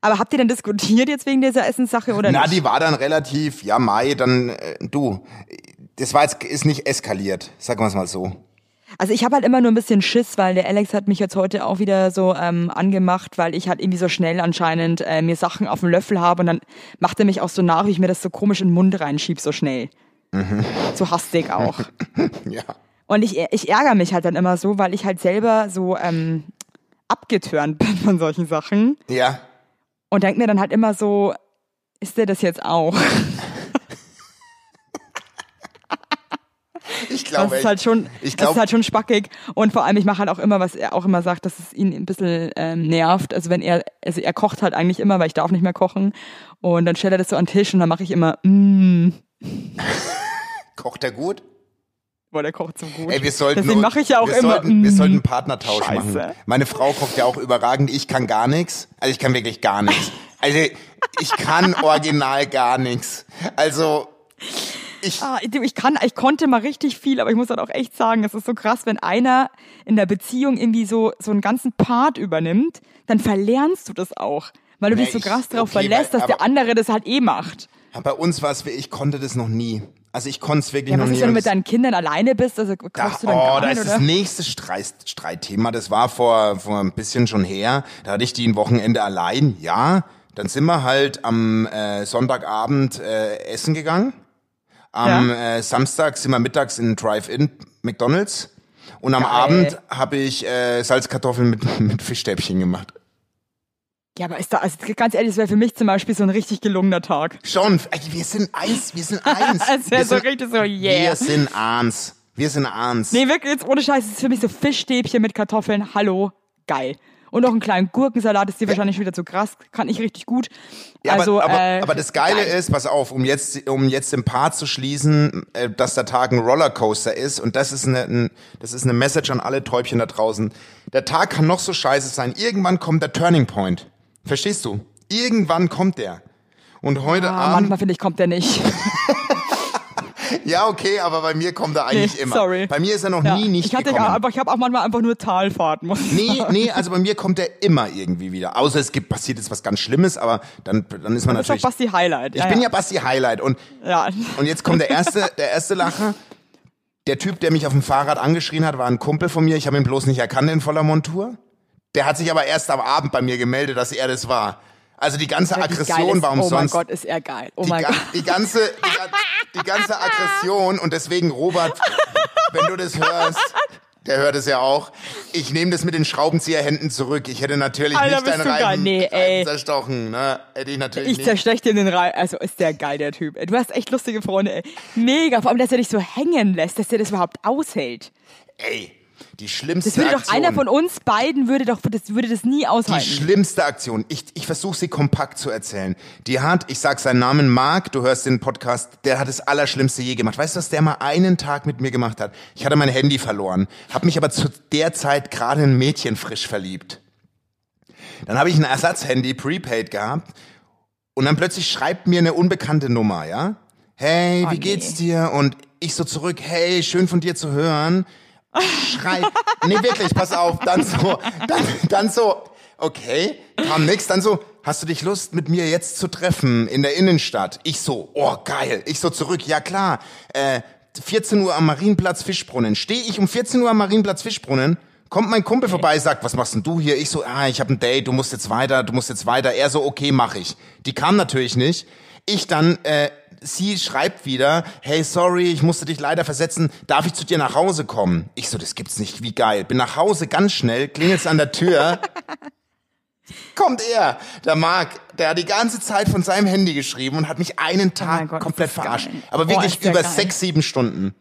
[SPEAKER 2] Aber habt ihr denn diskutiert jetzt wegen dieser Essenssache oder
[SPEAKER 1] Na,
[SPEAKER 2] nicht?
[SPEAKER 1] die war dann relativ, ja, Mai, dann äh, du. Das war jetzt, ist nicht eskaliert, sagen wir es mal so.
[SPEAKER 2] Also ich habe halt immer nur ein bisschen Schiss, weil der Alex hat mich jetzt heute auch wieder so ähm, angemacht, weil ich halt irgendwie so schnell anscheinend äh, mir Sachen auf dem Löffel habe und dann macht er mich auch so nach, wie ich mir das so komisch in den Mund reinschieb, so schnell.
[SPEAKER 1] Mhm.
[SPEAKER 2] So hastig auch.
[SPEAKER 1] Ja.
[SPEAKER 2] Und ich, ich ärgere mich halt dann immer so, weil ich halt selber so ähm, abgetörnt bin von solchen Sachen
[SPEAKER 1] Ja.
[SPEAKER 2] und denke mir dann halt immer so, ist der das jetzt auch?
[SPEAKER 1] Ich
[SPEAKER 2] Das
[SPEAKER 1] glaube
[SPEAKER 2] ist halt schon,
[SPEAKER 1] Ich
[SPEAKER 2] das ist
[SPEAKER 1] glaube,
[SPEAKER 2] halt schon spackig. Und vor allem, ich mache halt auch immer, was er auch immer sagt, dass es ihn ein bisschen ähm, nervt. Also wenn er, also er kocht halt eigentlich immer, weil ich darf nicht mehr kochen. Und dann stellt er das so an den Tisch und dann mache ich immer, mm,
[SPEAKER 1] kocht er gut?
[SPEAKER 2] boah, der kocht so gut.
[SPEAKER 1] Ey, wir sollten
[SPEAKER 2] Deswegen mache ich ja auch
[SPEAKER 1] wir
[SPEAKER 2] immer,
[SPEAKER 1] Sollten, wir
[SPEAKER 2] mm.
[SPEAKER 1] sollten einen Partnertausch
[SPEAKER 2] Scheiße.
[SPEAKER 1] machen. Meine Frau kocht ja auch überragend. Ich kann gar nichts. Also ich kann wirklich gar nichts. Also ich kann original gar nichts. Also
[SPEAKER 2] Ah, du, ich kann, ich konnte mal richtig viel, aber ich muss halt auch echt sagen, es ist so krass, wenn einer in der Beziehung irgendwie so, so einen ganzen Part übernimmt, dann verlernst du das auch. Weil du
[SPEAKER 1] Nee,
[SPEAKER 2] dich so
[SPEAKER 1] ich-
[SPEAKER 2] krass drauf
[SPEAKER 1] okay,
[SPEAKER 2] verlässt,
[SPEAKER 1] weil-
[SPEAKER 2] dass der
[SPEAKER 1] aber-
[SPEAKER 2] andere das halt eh macht.
[SPEAKER 1] bei uns war es, ich konnte das noch nie. Also ich konnte es wirklich
[SPEAKER 2] Ja,
[SPEAKER 1] noch
[SPEAKER 2] was
[SPEAKER 1] nie.
[SPEAKER 2] ist, wenn du
[SPEAKER 1] Und
[SPEAKER 2] mit
[SPEAKER 1] es-
[SPEAKER 2] deinen Kindern alleine bist? Also kochst
[SPEAKER 1] Da,
[SPEAKER 2] du dann
[SPEAKER 1] oh,
[SPEAKER 2] gar
[SPEAKER 1] da
[SPEAKER 2] nicht,
[SPEAKER 1] ist
[SPEAKER 2] oder?
[SPEAKER 1] das nächste Streit, Streitthema. Das war vor, vor ein bisschen schon her. Da hatte ich die ein Wochenende allein. Ja, dann sind wir halt am äh, Sonntagabend äh, essen gegangen. Am äh, Samstag sind wir mittags in Drive-In McDonalds. Und am Abend habe ich äh, Salzkartoffeln mit, mit Fischstäbchen gemacht.
[SPEAKER 2] Ja, aber ist da, also ganz ehrlich, das wäre für mich zum Beispiel so ein richtig gelungener Tag.
[SPEAKER 1] Schon, ey, wir sind eins, wir sind eins.
[SPEAKER 2] Es
[SPEAKER 1] wir,
[SPEAKER 2] wäre so
[SPEAKER 1] sind,
[SPEAKER 2] richtig so,
[SPEAKER 1] wir
[SPEAKER 2] yeah.
[SPEAKER 1] sind eins. Wir sind eins.
[SPEAKER 2] Nee, wirklich, jetzt ohne Scheiß, es ist für mich so Fischstäbchen mit Kartoffeln, hallo, geil. Und noch einen kleinen Gurkensalat ist dir wahrscheinlich schon wieder zu krass, kann ich richtig gut.
[SPEAKER 1] Ja,
[SPEAKER 2] also,
[SPEAKER 1] aber, aber,
[SPEAKER 2] äh,
[SPEAKER 1] aber das Geile ist, pass auf, um jetzt, um jetzt den Part zu schließen, äh, dass der Tag ein Rollercoaster ist und das ist eine, ein, das ist eine Message an alle Täubchen da draußen. Der Tag kann noch so scheiße sein. Irgendwann kommt der Turning Point. Verstehst du? Irgendwann kommt der. Und heute
[SPEAKER 2] ah,
[SPEAKER 1] Abend,
[SPEAKER 2] manchmal finde ich, kommt der nicht.
[SPEAKER 1] ja okay, aber bei mir kommt er eigentlich
[SPEAKER 2] Nee,
[SPEAKER 1] immer.
[SPEAKER 2] sorry.
[SPEAKER 1] Bei mir ist er noch
[SPEAKER 2] Ja.
[SPEAKER 1] nie nicht
[SPEAKER 2] ich hatte
[SPEAKER 1] gekommen.
[SPEAKER 2] gar- aber ich habe auch manchmal einfach nur Talfahrten. Muss ich
[SPEAKER 1] Nee,
[SPEAKER 2] sagen.
[SPEAKER 1] nee, also bei mir kommt er immer irgendwie wieder. Außer es gibt, passiert jetzt was ganz Schlimmes, aber dann, dann ist man
[SPEAKER 2] Das ist
[SPEAKER 1] natürlich.
[SPEAKER 2] auch Basti Highlight.
[SPEAKER 1] ich bin ja Basti Highlight und
[SPEAKER 2] ja.
[SPEAKER 1] Und jetzt kommt der erste, der erste Lacher. Der Typ, der mich auf dem Fahrrad angeschrien hat, war ein Kumpel von mir. Ich habe ihn bloß nicht erkannt in voller Montur. Der hat sich aber erst am Abend bei mir gemeldet, dass er das war. Also die ganze
[SPEAKER 2] Wie geil
[SPEAKER 1] Aggression
[SPEAKER 2] ist-
[SPEAKER 1] war
[SPEAKER 2] Oh mein
[SPEAKER 1] umsonst.
[SPEAKER 2] Gott, ist er geil. Oh
[SPEAKER 1] die,
[SPEAKER 2] mein
[SPEAKER 1] ga
[SPEAKER 2] Gott.
[SPEAKER 1] die ganze, die, ga- die ganze Aggression und deswegen Robert, wenn du das hörst, der hört es ja auch. Ich nehme das mit den Schraubenzieherhänden zurück. Ich hätte natürlich
[SPEAKER 2] Alter,
[SPEAKER 1] nicht deinen
[SPEAKER 2] bist du geil.
[SPEAKER 1] Reifen,
[SPEAKER 2] Nee, ey.
[SPEAKER 1] Reifen zerstochen, ne? Hätte ich natürlich
[SPEAKER 2] Ich
[SPEAKER 1] nicht.
[SPEAKER 2] zerstech dir den Reifen. Also ist der geil, der Typ. ey. Du hast echt lustige Freunde, ey. Mega. Vor allem, dass er dich so hängen lässt, dass der das überhaupt aushält.
[SPEAKER 1] Ey, die schlimmste
[SPEAKER 2] Das würde doch
[SPEAKER 1] Aktion.
[SPEAKER 2] einer von uns beiden würde doch das würde das nie
[SPEAKER 1] Die
[SPEAKER 2] aushalten.
[SPEAKER 1] schlimmste Aktion, ich, ich versuche sie kompakt zu erzählen. Die hat, ich sag seinen Namen, Marc, du hörst den Podcast, der hat das Allerschlimmste je gemacht. Weißt du, was der mal einen Tag mit mir gemacht hat? Ich hatte mein Handy verloren, habe mich aber zu der Zeit gerade in ein Mädchen frisch verliebt. Dann habe ich ein Ersatzhandy, Prepaid gehabt und dann plötzlich schreibt mir eine unbekannte Nummer, ja? Hey, wie
[SPEAKER 2] nee.
[SPEAKER 1] geht's dir? Und ich so zurück, hey, schön von dir zu hören schreit. Nee, wirklich, pass auf. Dann so, dann, dann so, okay, kam nix. Dann so, hast du dich Lust, mit mir jetzt zu treffen in der Innenstadt? Ich so, oh geil. Ich so zurück, ja klar. Äh, 14 Uhr am Marienplatz Fischbrunnen. Stehe ich um 14 Uhr am Marienplatz Fischbrunnen? Kommt mein Kumpel vorbei, sagt, was machst denn du hier? Ich so, ah, ich habe ein Date, du musst jetzt weiter, du musst jetzt weiter. Er so, okay, mach ich. Die kam natürlich nicht. Ich dann, äh, sie schreibt wieder, hey, sorry, ich musste dich leider versetzen, darf ich zu dir nach Hause kommen? Ich so, das gibt's nicht, wie geil. Bin nach Hause ganz schnell, klingelt's an der Tür. Kommt er, der Marc, der hat die ganze Zeit von seinem Handy geschrieben und hat mich einen Tag
[SPEAKER 2] Oh mein Gott,
[SPEAKER 1] komplett
[SPEAKER 2] ist das
[SPEAKER 1] verarscht.
[SPEAKER 2] geil.
[SPEAKER 1] Aber
[SPEAKER 2] Boah,
[SPEAKER 1] wirklich
[SPEAKER 2] ist der
[SPEAKER 1] über
[SPEAKER 2] geil.
[SPEAKER 1] sechs, sieben Stunden.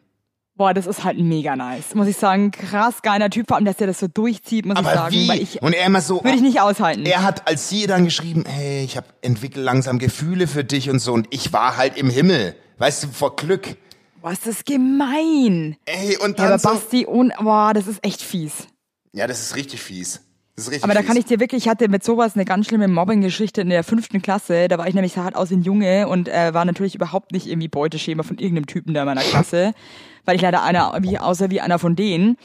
[SPEAKER 2] Boah, das ist halt mega nice. Muss ich sagen, krass geiler Typ, vor allem, dass der das so durchzieht, muss ich
[SPEAKER 1] Aber
[SPEAKER 2] sagen. Weil
[SPEAKER 1] wie?
[SPEAKER 2] ich,
[SPEAKER 1] und er immer so,
[SPEAKER 2] würde ich nicht aushalten.
[SPEAKER 1] er hat als sie dann geschrieben, hey, ich habe entwickelt langsam Gefühle für dich und so und ich war halt im Himmel, weißt du, vor Glück.
[SPEAKER 2] Boah, ist das gemein.
[SPEAKER 1] Ey, und
[SPEAKER 2] Ja,
[SPEAKER 1] dann
[SPEAKER 2] aber
[SPEAKER 1] so,
[SPEAKER 2] Basti und boah, das ist echt fies.
[SPEAKER 1] Ja, das ist richtig fies. Das ist richtig
[SPEAKER 2] Aber da
[SPEAKER 1] fies.
[SPEAKER 2] kann ich dir wirklich, ich hatte mit sowas eine ganz schlimme Mobbing-Geschichte in der fünften Klasse. Da war ich nämlich sah halt aus wie ein Junge und äh, war natürlich überhaupt nicht irgendwie Beuteschema von irgendeinem Typen da in meiner Klasse, weil ich leider einer wie außer wie einer von denen.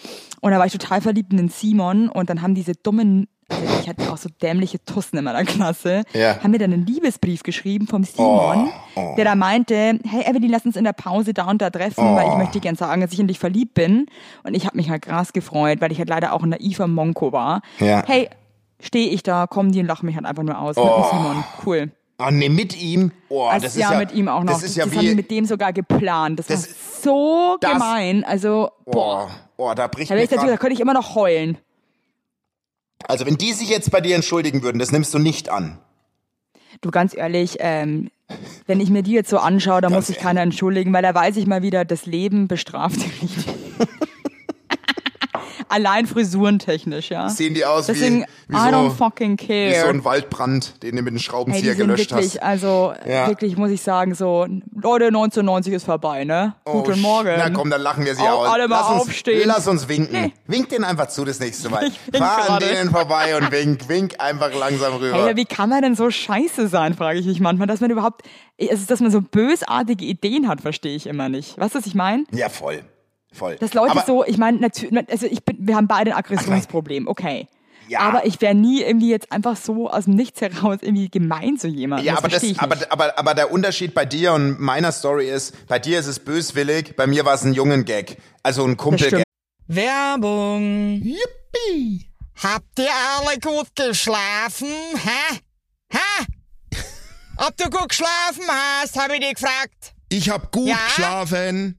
[SPEAKER 2] Und da war ich total verliebt in den Simon und dann haben diese dummen also ich hatte auch so dämliche Tussen in meiner Klasse,
[SPEAKER 1] Ja. Oh,
[SPEAKER 2] haben mir dann einen Liebesbrief geschrieben vom Simon, der da meinte, hey Evelyn, lass uns in der Pause da und da treffen, weil
[SPEAKER 1] Oh.
[SPEAKER 2] ich möchte dir gern sagen, dass ich in dich verliebt bin. Und ich habe mich halt krass gefreut, weil ich halt leider auch ein naiver Monko war.
[SPEAKER 1] Ja.
[SPEAKER 2] Hey, stehe ich da, kommen die und lachen mich halt einfach nur aus mit dem Simon. Cool.
[SPEAKER 1] Ah, nee, mit ihm. Oh,
[SPEAKER 2] Also
[SPEAKER 1] das ist
[SPEAKER 2] ja,
[SPEAKER 1] ja
[SPEAKER 2] mit ihm auch noch.
[SPEAKER 1] Das ist ja
[SPEAKER 2] das haben die
[SPEAKER 1] wie.
[SPEAKER 2] mit dem sogar geplant. Das,
[SPEAKER 1] Das-
[SPEAKER 2] war so
[SPEAKER 1] das-
[SPEAKER 2] gemein. Also, boah.
[SPEAKER 1] Boah, oh, da bricht
[SPEAKER 2] Da, wär
[SPEAKER 1] mir
[SPEAKER 2] ich dazu, da
[SPEAKER 1] grad,
[SPEAKER 2] könnte ich immer noch heulen.
[SPEAKER 1] Also wenn die sich jetzt bei dir entschuldigen würden, das nimmst du nicht an.
[SPEAKER 2] Du, ganz ehrlich, ähm, wenn ich mir die jetzt so anschaue, da muss sich
[SPEAKER 1] ehrlich.
[SPEAKER 2] keiner entschuldigen, weil da weiß ich mal wieder, das Leben bestraft dich nicht. Allein frisurentechnisch, ja.
[SPEAKER 1] Sehen die aus wie-
[SPEAKER 2] Deswegen,
[SPEAKER 1] wie
[SPEAKER 2] I
[SPEAKER 1] so-
[SPEAKER 2] don't fucking care.
[SPEAKER 1] Wie so ein Waldbrand, den du mit dem
[SPEAKER 2] hey, die
[SPEAKER 1] Schraubenzieher
[SPEAKER 2] sind
[SPEAKER 1] gelöscht
[SPEAKER 2] wirklich,
[SPEAKER 1] hast.
[SPEAKER 2] also
[SPEAKER 1] Ja.
[SPEAKER 2] wirklich muss ich sagen, so, Leute, 1990 ist vorbei, ne?
[SPEAKER 1] Oh,
[SPEAKER 2] Guten
[SPEAKER 1] sch-
[SPEAKER 2] Morgen.
[SPEAKER 1] Na komm, dann lachen wir sie
[SPEAKER 2] Auch
[SPEAKER 1] aus.
[SPEAKER 2] alle mal
[SPEAKER 1] lass uns,
[SPEAKER 2] aufstehen.
[SPEAKER 1] Lass uns winken. Wink denen einfach zu das nächste Mal.
[SPEAKER 2] Ich wink
[SPEAKER 1] Fahr an
[SPEAKER 2] gerade.
[SPEAKER 1] denen vorbei und wink, wink einfach langsam rüber.
[SPEAKER 2] Alter, wie kann man denn so scheiße sein, frage ich mich manchmal, dass man überhaupt, also, dass man so bösartige Ideen hat, verstehe ich immer nicht. Weißt du, was ich meine?
[SPEAKER 1] ja, voll. Voll.
[SPEAKER 2] Dass Leute
[SPEAKER 1] Aber-
[SPEAKER 2] so, ich meine, natürlich, also ich bin, wir haben beide ein Aggressionsproblem, okay.
[SPEAKER 1] Ja.
[SPEAKER 2] Aber ich wäre nie irgendwie jetzt einfach so aus dem Nichts heraus irgendwie gemein zu jemandem.
[SPEAKER 1] Ja,
[SPEAKER 2] das
[SPEAKER 1] aber, das,
[SPEAKER 2] verstehe ich
[SPEAKER 1] aber,
[SPEAKER 2] nicht.
[SPEAKER 1] aber, aber der Unterschied bei dir und meiner Story ist, bei dir ist es böswillig, bei mir war es ein jungen Gag. Also ein Kumpel-Gag.
[SPEAKER 2] stimmt.
[SPEAKER 3] Werbung.
[SPEAKER 5] Yippie! Habt ihr alle gut geschlafen? Hä? Hä? Ob du gut geschlafen hast, habe ich dich gefragt.
[SPEAKER 4] Ich hab gut
[SPEAKER 5] Ja?
[SPEAKER 4] geschlafen.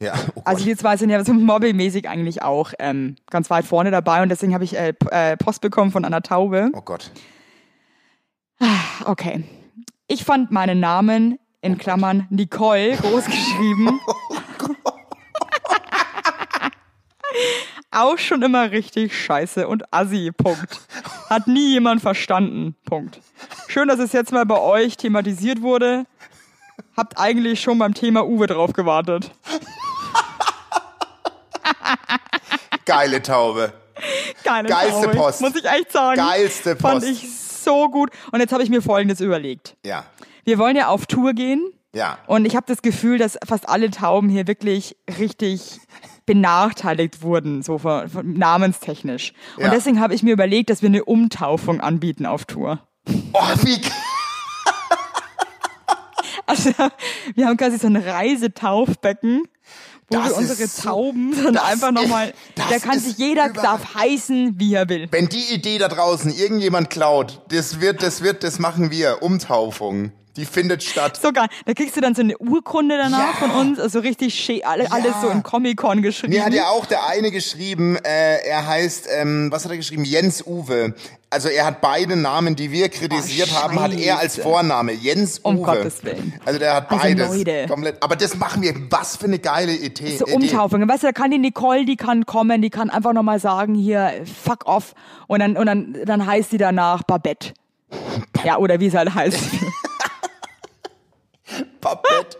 [SPEAKER 1] Ja. Oh Gott.
[SPEAKER 2] Also wir zwei sind ja so mobbingmäßig eigentlich auch ähm, ganz weit vorne dabei und deswegen habe ich äh, P- äh, Post bekommen von Anna Taube.
[SPEAKER 1] oh Gott.
[SPEAKER 2] Okay. Ich fand meinen Namen in Klammern Nicole großgeschrieben. Auch schon immer richtig scheiße und assi. Punkt. Hat nie jemand verstanden. Punkt. Schön, dass es jetzt mal bei euch thematisiert wurde. Habt eigentlich schon beim Thema Uwe drauf gewartet.
[SPEAKER 1] Geile Taube.
[SPEAKER 2] Geile
[SPEAKER 1] Geilste
[SPEAKER 2] Traurig,
[SPEAKER 1] Post.
[SPEAKER 2] Muss ich echt sagen.
[SPEAKER 1] Geilste
[SPEAKER 2] Fand
[SPEAKER 1] Post.
[SPEAKER 2] ich so gut. Und jetzt habe ich mir Folgendes überlegt.
[SPEAKER 1] Ja.
[SPEAKER 2] Wir wollen ja auf Tour gehen.
[SPEAKER 1] Ja.
[SPEAKER 2] Und ich habe das Gefühl, dass fast alle Tauben hier wirklich richtig benachteiligt wurden, so von, von, namenstechnisch. Und
[SPEAKER 1] Ja.
[SPEAKER 2] deswegen habe ich mir überlegt, dass wir eine Umtaufung anbieten auf Tour.
[SPEAKER 1] Oh, wie ge-
[SPEAKER 2] Also wir haben quasi so ein Reisetaufbecken, wo
[SPEAKER 1] Das
[SPEAKER 2] wir
[SPEAKER 1] ist
[SPEAKER 2] unsere
[SPEAKER 1] so-
[SPEAKER 2] Tauben dann
[SPEAKER 1] das
[SPEAKER 2] einfach nochmal,
[SPEAKER 1] ist- das
[SPEAKER 2] da kann
[SPEAKER 1] ist
[SPEAKER 2] sich jeder
[SPEAKER 1] über-
[SPEAKER 2] darf heißen, wie er will.
[SPEAKER 1] Wenn die Idee da draußen irgendjemand klaut, das wird, das wird, das machen wir. Umtaufung. Die findet statt.
[SPEAKER 2] So geil. Da kriegst du dann so eine Urkunde danach
[SPEAKER 1] Ja.
[SPEAKER 2] von uns, also richtig schön, alle, alles so in Comic-Con geschrieben.
[SPEAKER 1] Mir hat ja auch der eine geschrieben, äh, er heißt, ähm, was hat er geschrieben? Jens Uwe. Also er hat beide Namen, die wir kritisiert haben, hat er als Vorname. Jens
[SPEAKER 2] Um
[SPEAKER 1] Uwe.
[SPEAKER 2] Gottes Willen.
[SPEAKER 1] Also der hat
[SPEAKER 2] Also
[SPEAKER 1] beides.
[SPEAKER 2] Leute.
[SPEAKER 1] Komplett. Aber das machen wir. Was für eine geile E Idee.
[SPEAKER 2] so
[SPEAKER 1] Idee.
[SPEAKER 2] Umtaufungen. Weißt du, da kann die Nicole, die kann kommen, die kann einfach nochmal sagen, hier, fuck off. Und dann, und dann, dann heißt sie danach Babette. Ja, oder wie es halt heißt.
[SPEAKER 1] Puppet.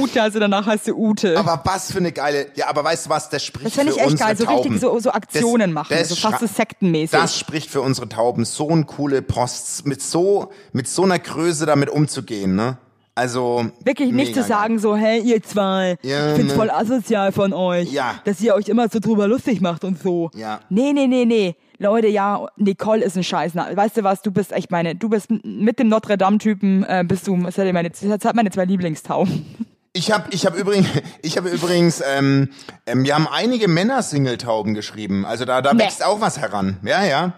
[SPEAKER 2] Ute, also danach heißt sie Ute.
[SPEAKER 1] Aber was für eine geile. Ja, aber weißt du was? Das spricht
[SPEAKER 2] Das
[SPEAKER 1] für
[SPEAKER 2] fände ich echt
[SPEAKER 1] unsere
[SPEAKER 2] geil, so
[SPEAKER 1] Tauben.
[SPEAKER 2] richtig so, so Aktionen machen, so fast
[SPEAKER 1] schra-
[SPEAKER 2] so sektenmäßig.
[SPEAKER 1] Das spricht für unsere Tauben. So ein coole Posts mit so mit so einer Größe damit umzugehen, ne? Also
[SPEAKER 2] Wirklich nicht
[SPEAKER 1] mega
[SPEAKER 2] zu sagen so, hey ihr zwei,
[SPEAKER 1] Ja,
[SPEAKER 2] ich find's
[SPEAKER 1] ne.
[SPEAKER 2] voll asozial von euch,
[SPEAKER 1] Ja.
[SPEAKER 2] dass ihr euch immer so drüber lustig macht und so.
[SPEAKER 1] Ja.
[SPEAKER 2] Nee, nee, nee, nee. Leute, ja, Nicole ist ein Scheißname. Weißt du was, du bist, ich meine, du bist m- mit dem Notre Dame-Typen, äh, bist du, das hat meine, das hat meine zwei Lieblingstauben.
[SPEAKER 1] Ich habe ich hab übrigens, ich hab übrigens ähm, ähm, wir haben einige Männer-Single-Tauben geschrieben. Also da, da
[SPEAKER 2] Nee.
[SPEAKER 1] wächst auch was heran. Ja, ja.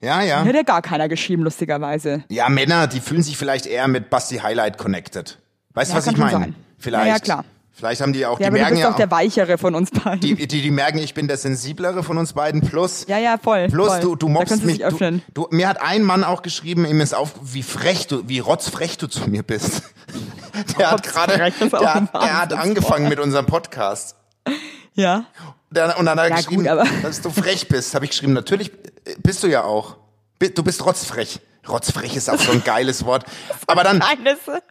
[SPEAKER 1] Ja, ja.
[SPEAKER 2] Hätte gar keiner geschrieben, lustigerweise.
[SPEAKER 1] Ja, Männer, die fühlen sich vielleicht eher mit Basti Highlight connected. Weißt du,
[SPEAKER 2] Ja,
[SPEAKER 1] was
[SPEAKER 2] kann
[SPEAKER 1] ich
[SPEAKER 2] schon
[SPEAKER 1] meine?
[SPEAKER 2] sein.
[SPEAKER 1] Vielleicht.
[SPEAKER 2] Ja, ja, klar.
[SPEAKER 1] Vielleicht haben die auch, die
[SPEAKER 2] Ja, aber du
[SPEAKER 1] merken
[SPEAKER 2] bist
[SPEAKER 1] ja
[SPEAKER 2] doch der
[SPEAKER 1] auch,
[SPEAKER 2] Weichere von uns beiden.
[SPEAKER 1] die, die, die merken, ich bin der sensiblere von uns beiden. Plus,
[SPEAKER 2] ja, ja, voll.
[SPEAKER 1] plus
[SPEAKER 2] voll.
[SPEAKER 1] du, du
[SPEAKER 2] da
[SPEAKER 1] mobst
[SPEAKER 2] kannst du
[SPEAKER 1] mich.
[SPEAKER 2] dich öffnen.
[SPEAKER 1] Du, du, mir hat ein Mann auch geschrieben, ihm ist auf, wie frech du, wie rotzfrech du zu mir bist. Der hat gerade,
[SPEAKER 2] Oh, Rotzfrech ist auch
[SPEAKER 1] der,
[SPEAKER 2] ein
[SPEAKER 1] hat- der hat
[SPEAKER 2] Wahnsinnswort.
[SPEAKER 1] angefangen mit unserem Podcast.
[SPEAKER 2] ja.
[SPEAKER 1] Dann- Und dann hat er
[SPEAKER 2] Ja,
[SPEAKER 1] geschrieben,
[SPEAKER 2] gut, aber-
[SPEAKER 1] dass du frech bist. Habe ich geschrieben, natürlich äh, bist du ja auch. Bi- Du bist rotzfrech. Rotzfrech ist auch so ein geiles Wort. Aber dann,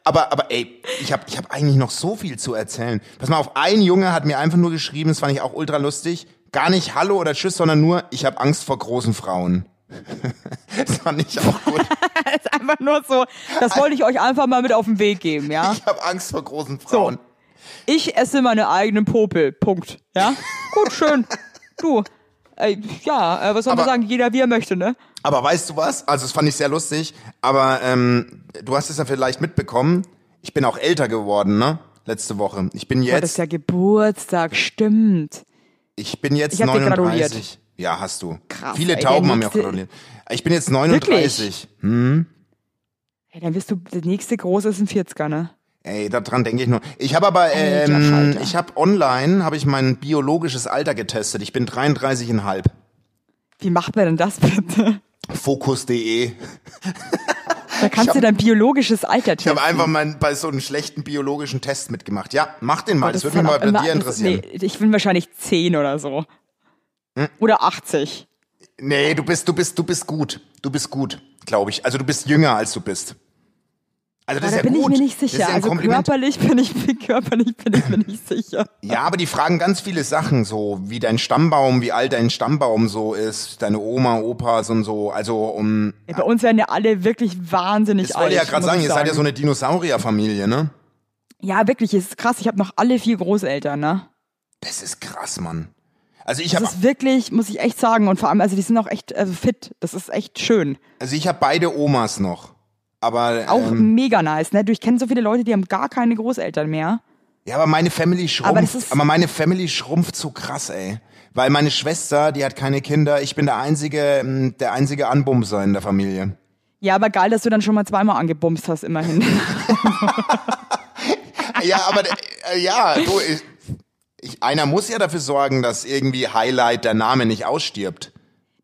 [SPEAKER 1] aber, aber ey, ich habe ich hab eigentlich noch so viel zu erzählen. Pass mal auf, ein Junge hat mir einfach nur geschrieben, das fand ich auch ultra lustig. Gar nicht Hallo oder Tschüss, sondern nur, ich habe Angst vor großen Frauen. das fand ich auch gut.
[SPEAKER 2] ist einfach nur so, das wollte ich euch einfach mal mit auf den Weg geben, ja?
[SPEAKER 1] Ich habe Angst vor großen Frauen.
[SPEAKER 2] Ich esse meine eigenen Popel, Punkt, ja? Gut, schön. Du, äh, ja, äh, was soll man
[SPEAKER 1] Aber-
[SPEAKER 2] sagen, jeder wie er möchte, ne?
[SPEAKER 1] Aber weißt du was? Also das fand ich sehr lustig. Aber ähm, du hast es ja vielleicht mitbekommen. Ich bin auch älter geworden, ne? Letzte Woche. Ich bin
[SPEAKER 2] Oh, das ist
[SPEAKER 1] jetzt.
[SPEAKER 2] ja Geburtstag, stimmt.
[SPEAKER 1] Ich bin jetzt
[SPEAKER 2] Ich hab dir
[SPEAKER 1] 39. Ja, hast du.
[SPEAKER 2] Krass,
[SPEAKER 1] Viele
[SPEAKER 2] ey, der
[SPEAKER 1] Tauben haben mir auch
[SPEAKER 2] nächste-
[SPEAKER 1] gratuliert. Ich bin jetzt 39.
[SPEAKER 2] Ey, dann wirst du, der nächste große ist ein 40er, ne?
[SPEAKER 1] Ey, daran denke ich nur. Ich habe aber,
[SPEAKER 2] Alter
[SPEAKER 1] ähm,
[SPEAKER 2] Falter.
[SPEAKER 1] ich habe online, habe ich mein biologisches Alter getestet. Ich bin 33,5.
[SPEAKER 2] Wie macht man denn das bitte?
[SPEAKER 1] Fokus.de.
[SPEAKER 2] Da kannst du dein biologisches Alter
[SPEAKER 1] Ich
[SPEAKER 2] testen.
[SPEAKER 1] habe einfach mal bei so einem schlechten biologischen Test mitgemacht. Ja, mach den mal. Das,
[SPEAKER 2] ist
[SPEAKER 1] würde mich mal
[SPEAKER 2] dann auch
[SPEAKER 1] bei dir
[SPEAKER 2] immer-
[SPEAKER 1] interessieren. Hm?
[SPEAKER 2] Nee, ich bin wahrscheinlich 10 oder so. Oder 80.
[SPEAKER 1] Nee, du bist, du bist, du bist gut. Du bist gut, glaube ich. Also du bist jünger, als du bist. Also das
[SPEAKER 2] Aber
[SPEAKER 1] ist
[SPEAKER 2] da
[SPEAKER 1] ja
[SPEAKER 2] bin
[SPEAKER 1] gut.
[SPEAKER 2] ich mir nicht
[SPEAKER 1] Das ist
[SPEAKER 2] sicher.
[SPEAKER 1] ja ein
[SPEAKER 2] also
[SPEAKER 1] Kompliment.
[SPEAKER 2] körperlich bin ich körperlich bin ich mir nicht sicher.
[SPEAKER 1] Ja, aber die fragen ganz viele Sachen, so wie dein Stammbaum, wie alt dein Stammbaum so ist, deine Oma, Opas und so. Also um,
[SPEAKER 2] Ja, bei uns werden ja alle wirklich wahnsinnig
[SPEAKER 1] das
[SPEAKER 2] alt.
[SPEAKER 1] wollte ich ja gerade
[SPEAKER 2] muss
[SPEAKER 1] sagen, ihr seid ja
[SPEAKER 2] sagen.
[SPEAKER 1] so eine Dinosaurierfamilie, ne?
[SPEAKER 2] Ja, wirklich, es ist krass. Ich habe noch alle vier Großeltern, ne?
[SPEAKER 1] Das ist krass, Mann. Also ich
[SPEAKER 2] Das
[SPEAKER 1] habe,
[SPEAKER 2] ist wirklich, muss ich echt sagen. Und vor allem, also die sind auch echt also fit. Das ist echt schön.
[SPEAKER 1] also ich habe beide Omas noch. Aber
[SPEAKER 2] Auch
[SPEAKER 1] ähm,
[SPEAKER 2] mega nice, ne? Du, ich kenne so viele Leute, die haben gar keine Großeltern mehr.
[SPEAKER 1] Ja, aber meine Family schrumpft.
[SPEAKER 2] Aber
[SPEAKER 1] Aber,
[SPEAKER 2] das ist-
[SPEAKER 1] meine Family schrumpft so krass, ey. Weil meine Schwester, die hat keine Kinder. Ich bin der einzige, ähm, der einzige Anbumser in der Familie.
[SPEAKER 2] Ja, aber geil, dass du dann schon mal zweimal angebumst hast, immerhin.
[SPEAKER 1] Ja, aber äh, ja, du, ich, ich, einer muss ja dafür sorgen, dass irgendwie Highlight der Name nicht ausstirbt.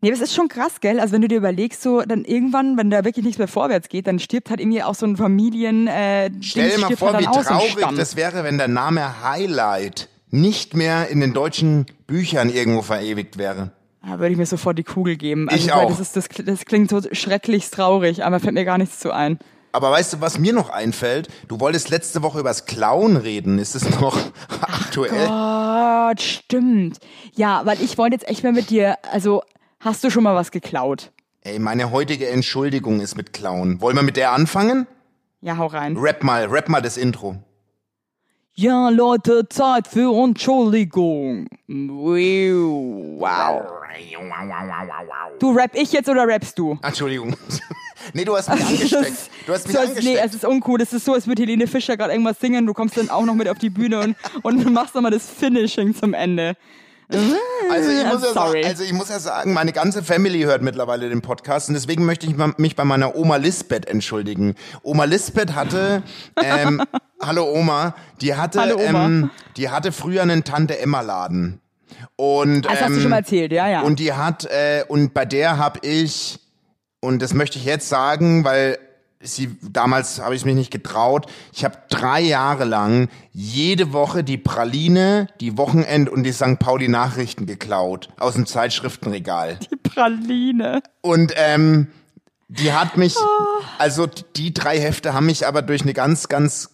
[SPEAKER 2] Nee, aber es ist schon krass, gell? Also wenn du dir überlegst, so dann irgendwann, wenn da wirklich nichts mehr vorwärts geht, dann stirbt halt irgendwie auch so ein Familien. Äh,
[SPEAKER 1] Stell dir
[SPEAKER 2] Ding
[SPEAKER 1] mal
[SPEAKER 2] stirbt
[SPEAKER 1] vor,
[SPEAKER 2] halt
[SPEAKER 1] wie
[SPEAKER 2] dann aus, so ein
[SPEAKER 1] traurig
[SPEAKER 2] Stamm.
[SPEAKER 1] das wäre, wenn der Name Highlight nicht mehr in den deutschen Büchern irgendwo verewigt wäre.
[SPEAKER 2] Da Ah, würde ich mir sofort die Kugel geben.
[SPEAKER 1] Ich
[SPEAKER 2] weil
[SPEAKER 1] auch.
[SPEAKER 2] Das, ist, das, das klingt so schrecklich traurig, aber fällt mir gar nichts zu ein.
[SPEAKER 1] Aber weißt du, was mir noch einfällt? Du wolltest letzte Woche übers Clown reden. Ist es noch aktuell?
[SPEAKER 2] Gott, stimmt. Ja, weil ich wollte jetzt echt mal mit dir, also hast du schon mal was geklaut?
[SPEAKER 1] Ey, meine heutige Entschuldigung ist mit Clown. Wollen wir mit der anfangen?
[SPEAKER 2] Ja, hau rein.
[SPEAKER 1] Rap mal, rap mal das Intro.
[SPEAKER 2] Ja, Leute, Zeit für Entschuldigung. Wow. Du rap ich jetzt oder rappst du?
[SPEAKER 1] Entschuldigung. nee, du hast mich angesteckt. Du hast mich
[SPEAKER 2] so,
[SPEAKER 1] angesteckt.
[SPEAKER 2] Nee, es ist uncool. Es ist so, als würde Helene Fischer gerade irgendwas singen. Du kommst dann auch noch mit auf die Bühne und, und machst nochmal das Finishing zum Ende.
[SPEAKER 1] also, ich
[SPEAKER 2] I'm
[SPEAKER 1] muss ja
[SPEAKER 2] sorry.
[SPEAKER 1] sagen, also ich muss ja sagen, meine ganze Family hört mittlerweile den Podcast und deswegen möchte ich ma- mich bei meiner Oma Lisbeth entschuldigen. Oma Lisbeth hatte, ähm, hallo Oma, die hatte,
[SPEAKER 2] Hallo Oma.
[SPEAKER 1] Ähm, die hatte früher einen Tante Emma Laden. Und,
[SPEAKER 2] Das Also, hast du
[SPEAKER 1] ähm,
[SPEAKER 2] schon mal erzählt, ja, ja.
[SPEAKER 1] Und die hat, äh, und bei der habe ich, und das möchte ich jetzt sagen, weil sie damals habe ich mich nicht getraut, ich habe drei Jahre lang jede Woche die Praline, die Wochenend und die St. Pauli Nachrichten geklaut aus dem Zeitschriftenregal.
[SPEAKER 2] Die Praline.
[SPEAKER 1] Und ähm, Die hat mich,
[SPEAKER 2] Ah.
[SPEAKER 1] also die drei Hefte haben mich aber durch eine ganz, ganz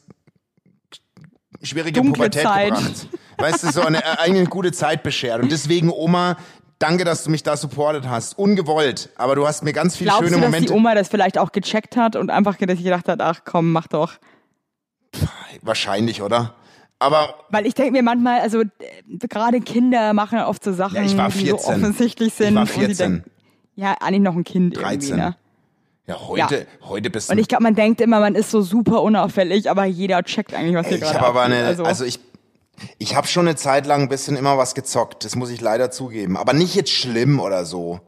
[SPEAKER 1] schwierige
[SPEAKER 2] Dunkle
[SPEAKER 1] Pubertät
[SPEAKER 2] Zeit.
[SPEAKER 1] gebracht. Weißt du, so eine, äh, eine gute Zeit beschert. Und deswegen, Oma, danke, dass du mich da supportet hast. Ungewollt, aber du hast mir ganz viele
[SPEAKER 2] Glaubst
[SPEAKER 1] schöne
[SPEAKER 2] du, dass die
[SPEAKER 1] Momente.
[SPEAKER 2] Oma das vielleicht auch gecheckt hat und einfach gedacht hat, ach komm, mach doch.
[SPEAKER 1] Wahrscheinlich, oder? Aber
[SPEAKER 2] Weil ich denke mir manchmal, also äh, gerade Kinder machen oft so Sachen,
[SPEAKER 1] Ja, ich war
[SPEAKER 2] die so
[SPEAKER 1] 14.
[SPEAKER 2] offensichtlich sind.
[SPEAKER 1] ich war
[SPEAKER 2] und sie
[SPEAKER 1] 14.
[SPEAKER 2] denken- ja, eigentlich noch ein Kind
[SPEAKER 1] 13.
[SPEAKER 2] irgendwie, ne?
[SPEAKER 1] Ja, heute, heute bist du.
[SPEAKER 2] Und ich glaube, man denkt immer, man ist so super unauffällig, aber jeder checkt eigentlich, was hier
[SPEAKER 1] ich
[SPEAKER 2] gerade
[SPEAKER 1] habe aber
[SPEAKER 2] abgeht.
[SPEAKER 1] eine, also, ich, ich habe schon eine Zeit lang ein bisschen immer was gezockt. Das muss ich leider zugeben. Aber nicht jetzt schlimm oder so.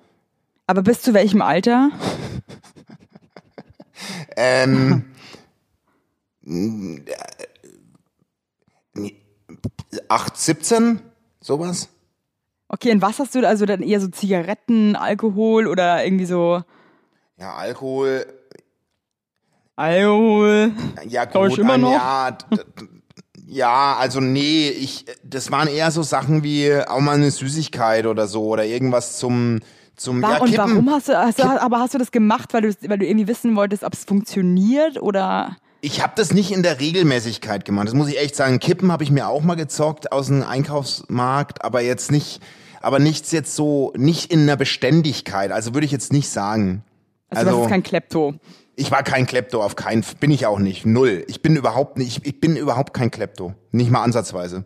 [SPEAKER 2] aber bis zu welchem Alter?
[SPEAKER 1] Acht, 17? Sowas?
[SPEAKER 2] Okay, und was hast du da? Also dann eher so Zigaretten, Alkohol oder irgendwie so
[SPEAKER 1] Ja, Alkohol.
[SPEAKER 2] Alkohol?
[SPEAKER 1] Ja,
[SPEAKER 2] Glaub
[SPEAKER 1] gut,
[SPEAKER 2] ich immer
[SPEAKER 1] ein
[SPEAKER 2] noch.
[SPEAKER 1] Jahr, d- d- ja, also nee, ich, das waren eher so Sachen wie auch mal eine Süßigkeit oder so oder irgendwas zum, zum, ja,
[SPEAKER 2] War, und
[SPEAKER 1] Kippen.
[SPEAKER 2] warum hast du, hast du, aber hast du das gemacht, weil du, weil du irgendwie wissen wolltest, ob es funktioniert oder?
[SPEAKER 1] Ich habe das nicht in der Regelmäßigkeit gemacht. Das muss ich echt sagen. Kippen habe ich mir auch mal gezockt aus dem Einkaufsmarkt, aber jetzt nicht, aber nichts jetzt so, nicht in einer Beständigkeit. Also würde ich jetzt nicht sagen.
[SPEAKER 2] Also, das
[SPEAKER 1] Also-
[SPEAKER 2] ist kein Klepto.
[SPEAKER 1] Ich war kein Klepto, auf keinen, F- bin ich auch nicht. Null. Ich bin überhaupt nicht, ich, ich bin überhaupt kein Klepto. Nicht mal ansatzweise.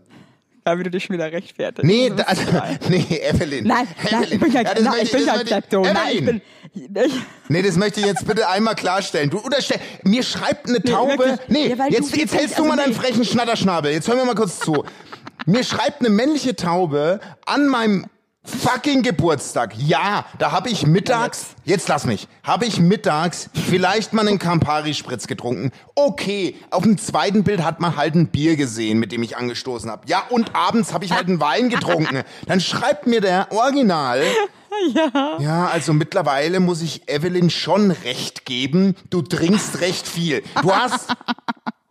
[SPEAKER 2] Da würde dich schon wieder rechtfertigen.
[SPEAKER 1] Nee,
[SPEAKER 2] Das
[SPEAKER 1] da,
[SPEAKER 2] ist geil.
[SPEAKER 1] nee, Evelyn.
[SPEAKER 2] Nein, nein,
[SPEAKER 1] Evelyn.
[SPEAKER 2] ich bin kein,
[SPEAKER 1] Ja, das
[SPEAKER 2] nein,
[SPEAKER 1] möchte
[SPEAKER 2] ich bin
[SPEAKER 1] das
[SPEAKER 2] kein
[SPEAKER 1] möchte-
[SPEAKER 2] Klepto. Nein, ich
[SPEAKER 1] Evelyn.
[SPEAKER 2] bin, ich,
[SPEAKER 1] Nee, das möchte ich jetzt bitte einmal klarstellen. Du unterstellst, mir schreibt eine Taube.
[SPEAKER 2] wirklich.
[SPEAKER 1] Nee,
[SPEAKER 2] Ja, weil
[SPEAKER 1] jetzt,
[SPEAKER 2] du-
[SPEAKER 1] jetzt hältst du
[SPEAKER 2] also
[SPEAKER 1] mal deinen
[SPEAKER 2] nee.
[SPEAKER 1] frechen Schnatterschnabel. Jetzt hören wir mal kurz zu. Mir schreibt eine männliche Taube an meinem fucking Geburtstag. Ja, da habe ich mittags, jetzt lass mich, habe ich mittags vielleicht mal einen Campari-Spritz getrunken. Okay, auf dem zweiten Bild hat man halt ein Bier gesehen, mit dem ich angestoßen habe. Ja, und abends habe ich halt einen Wein getrunken. Dann schreibt mir der Original, ja, also mittlerweile muss ich Evelyn schon recht geben. Du trinkst recht viel. Du hast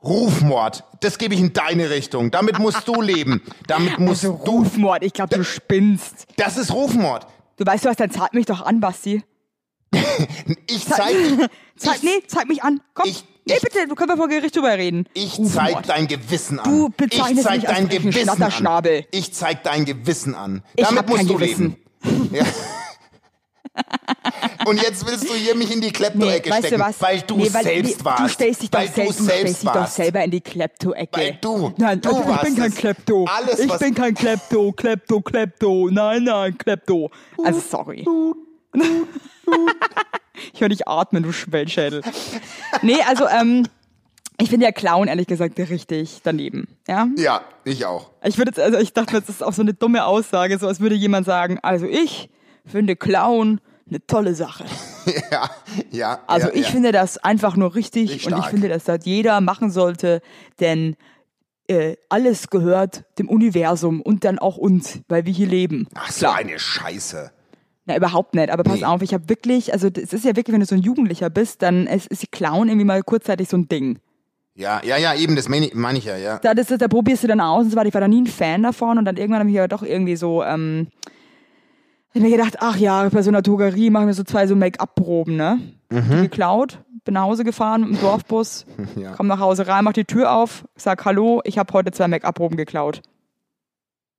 [SPEAKER 1] Rufmord. Das gebe ich in deine Richtung. Damit musst du leben. Damit musst
[SPEAKER 2] also
[SPEAKER 1] du.
[SPEAKER 2] Rufmord, ich glaube, du spinnst.
[SPEAKER 1] Das ist Rufmord.
[SPEAKER 2] Du weißt, du hast, dann zahlt mich doch an, Basti.
[SPEAKER 1] Ich zeig,
[SPEAKER 2] Zeig, nee, zeig mich an. Komm.
[SPEAKER 1] Ich-
[SPEAKER 2] nee,
[SPEAKER 1] ich-
[SPEAKER 2] bitte, du können wir vor Gericht drüber reden.
[SPEAKER 1] ich
[SPEAKER 2] Rufmord.
[SPEAKER 1] zeig dein Gewissen an.
[SPEAKER 2] Du bezeichnest
[SPEAKER 1] ich zeig
[SPEAKER 2] mich als
[SPEAKER 1] dein
[SPEAKER 2] frechen
[SPEAKER 1] Gewissen an.
[SPEAKER 2] Schnatterschnabel.
[SPEAKER 1] Ich zeig dein Gewissen an.
[SPEAKER 2] Ich
[SPEAKER 1] Damit
[SPEAKER 2] hab
[SPEAKER 1] musst
[SPEAKER 2] kein
[SPEAKER 1] du
[SPEAKER 2] Gewissen.
[SPEAKER 1] leben. Ja. Und jetzt willst du hier mich in die Klepto-Ecke
[SPEAKER 2] Nee, weißt
[SPEAKER 1] stecken,
[SPEAKER 2] du was?
[SPEAKER 1] weil du
[SPEAKER 2] nee, weil,
[SPEAKER 1] selbst
[SPEAKER 2] nee,
[SPEAKER 1] warst.
[SPEAKER 2] Du stellst dich doch,
[SPEAKER 1] weil
[SPEAKER 2] sel
[SPEAKER 1] du
[SPEAKER 2] du stellst
[SPEAKER 1] selbst
[SPEAKER 2] dich doch
[SPEAKER 1] warst.
[SPEAKER 2] selber in die Klepto-Ecke.
[SPEAKER 1] Weil du-
[SPEAKER 2] Nein,
[SPEAKER 1] du
[SPEAKER 2] also ich
[SPEAKER 1] warst
[SPEAKER 2] bin kein
[SPEAKER 1] es.
[SPEAKER 2] Klepto.
[SPEAKER 1] Alles,
[SPEAKER 2] ich
[SPEAKER 1] was-
[SPEAKER 2] bin kein Klepto, Klepto, Klepto. Nein, nein, Klepto. Also sorry. ich höre dich atmen, du Schwellschädel. Nee, also ähm, ich finde ja Clown ehrlich gesagt richtig daneben. Ja?
[SPEAKER 1] Ja, ich auch.
[SPEAKER 2] Ich würde jetzt, also ich dachte, mir, das ist auch so eine dumme Aussage, so als würde jemand sagen, also ich finde Clown eine tolle Sache.
[SPEAKER 1] Ja, ja.
[SPEAKER 2] Also
[SPEAKER 1] ja,
[SPEAKER 2] ich
[SPEAKER 1] ja.
[SPEAKER 2] finde das einfach nur richtig
[SPEAKER 1] Richtig
[SPEAKER 2] und ich
[SPEAKER 1] stark.
[SPEAKER 2] finde, dass das jeder machen sollte, denn äh, alles gehört dem Universum und dann auch uns, weil wir hier leben.
[SPEAKER 1] Ach, so eine Scheiße.
[SPEAKER 2] Na, überhaupt nicht, aber pass
[SPEAKER 1] Nee.
[SPEAKER 2] auf, ich habe wirklich, also es ist ja wirklich, wenn du so ein Jugendlicher bist, dann ist, ist Clown irgendwie mal kurzzeitig so ein Ding.
[SPEAKER 1] Ja, ja, ja, eben, das meine ich, meine ich ja, ja.
[SPEAKER 2] da, das, da probierst du dann aus. Und zwar, ich war da nie ein Fan davon. Und dann irgendwann habe ich aber doch irgendwie so, ähm, hab mir gedacht, ach ja, bei so einer Drogerie machen wir so zwei so Make-up-Proben, ne? Die geklaut, bin nach Hause gefahren mit dem Dorfbus,
[SPEAKER 1] Mhm. Ja.
[SPEAKER 2] komm nach Hause rein, mach die Tür auf, sag Hallo, ich habe heute zwei Make-up-Proben geklaut.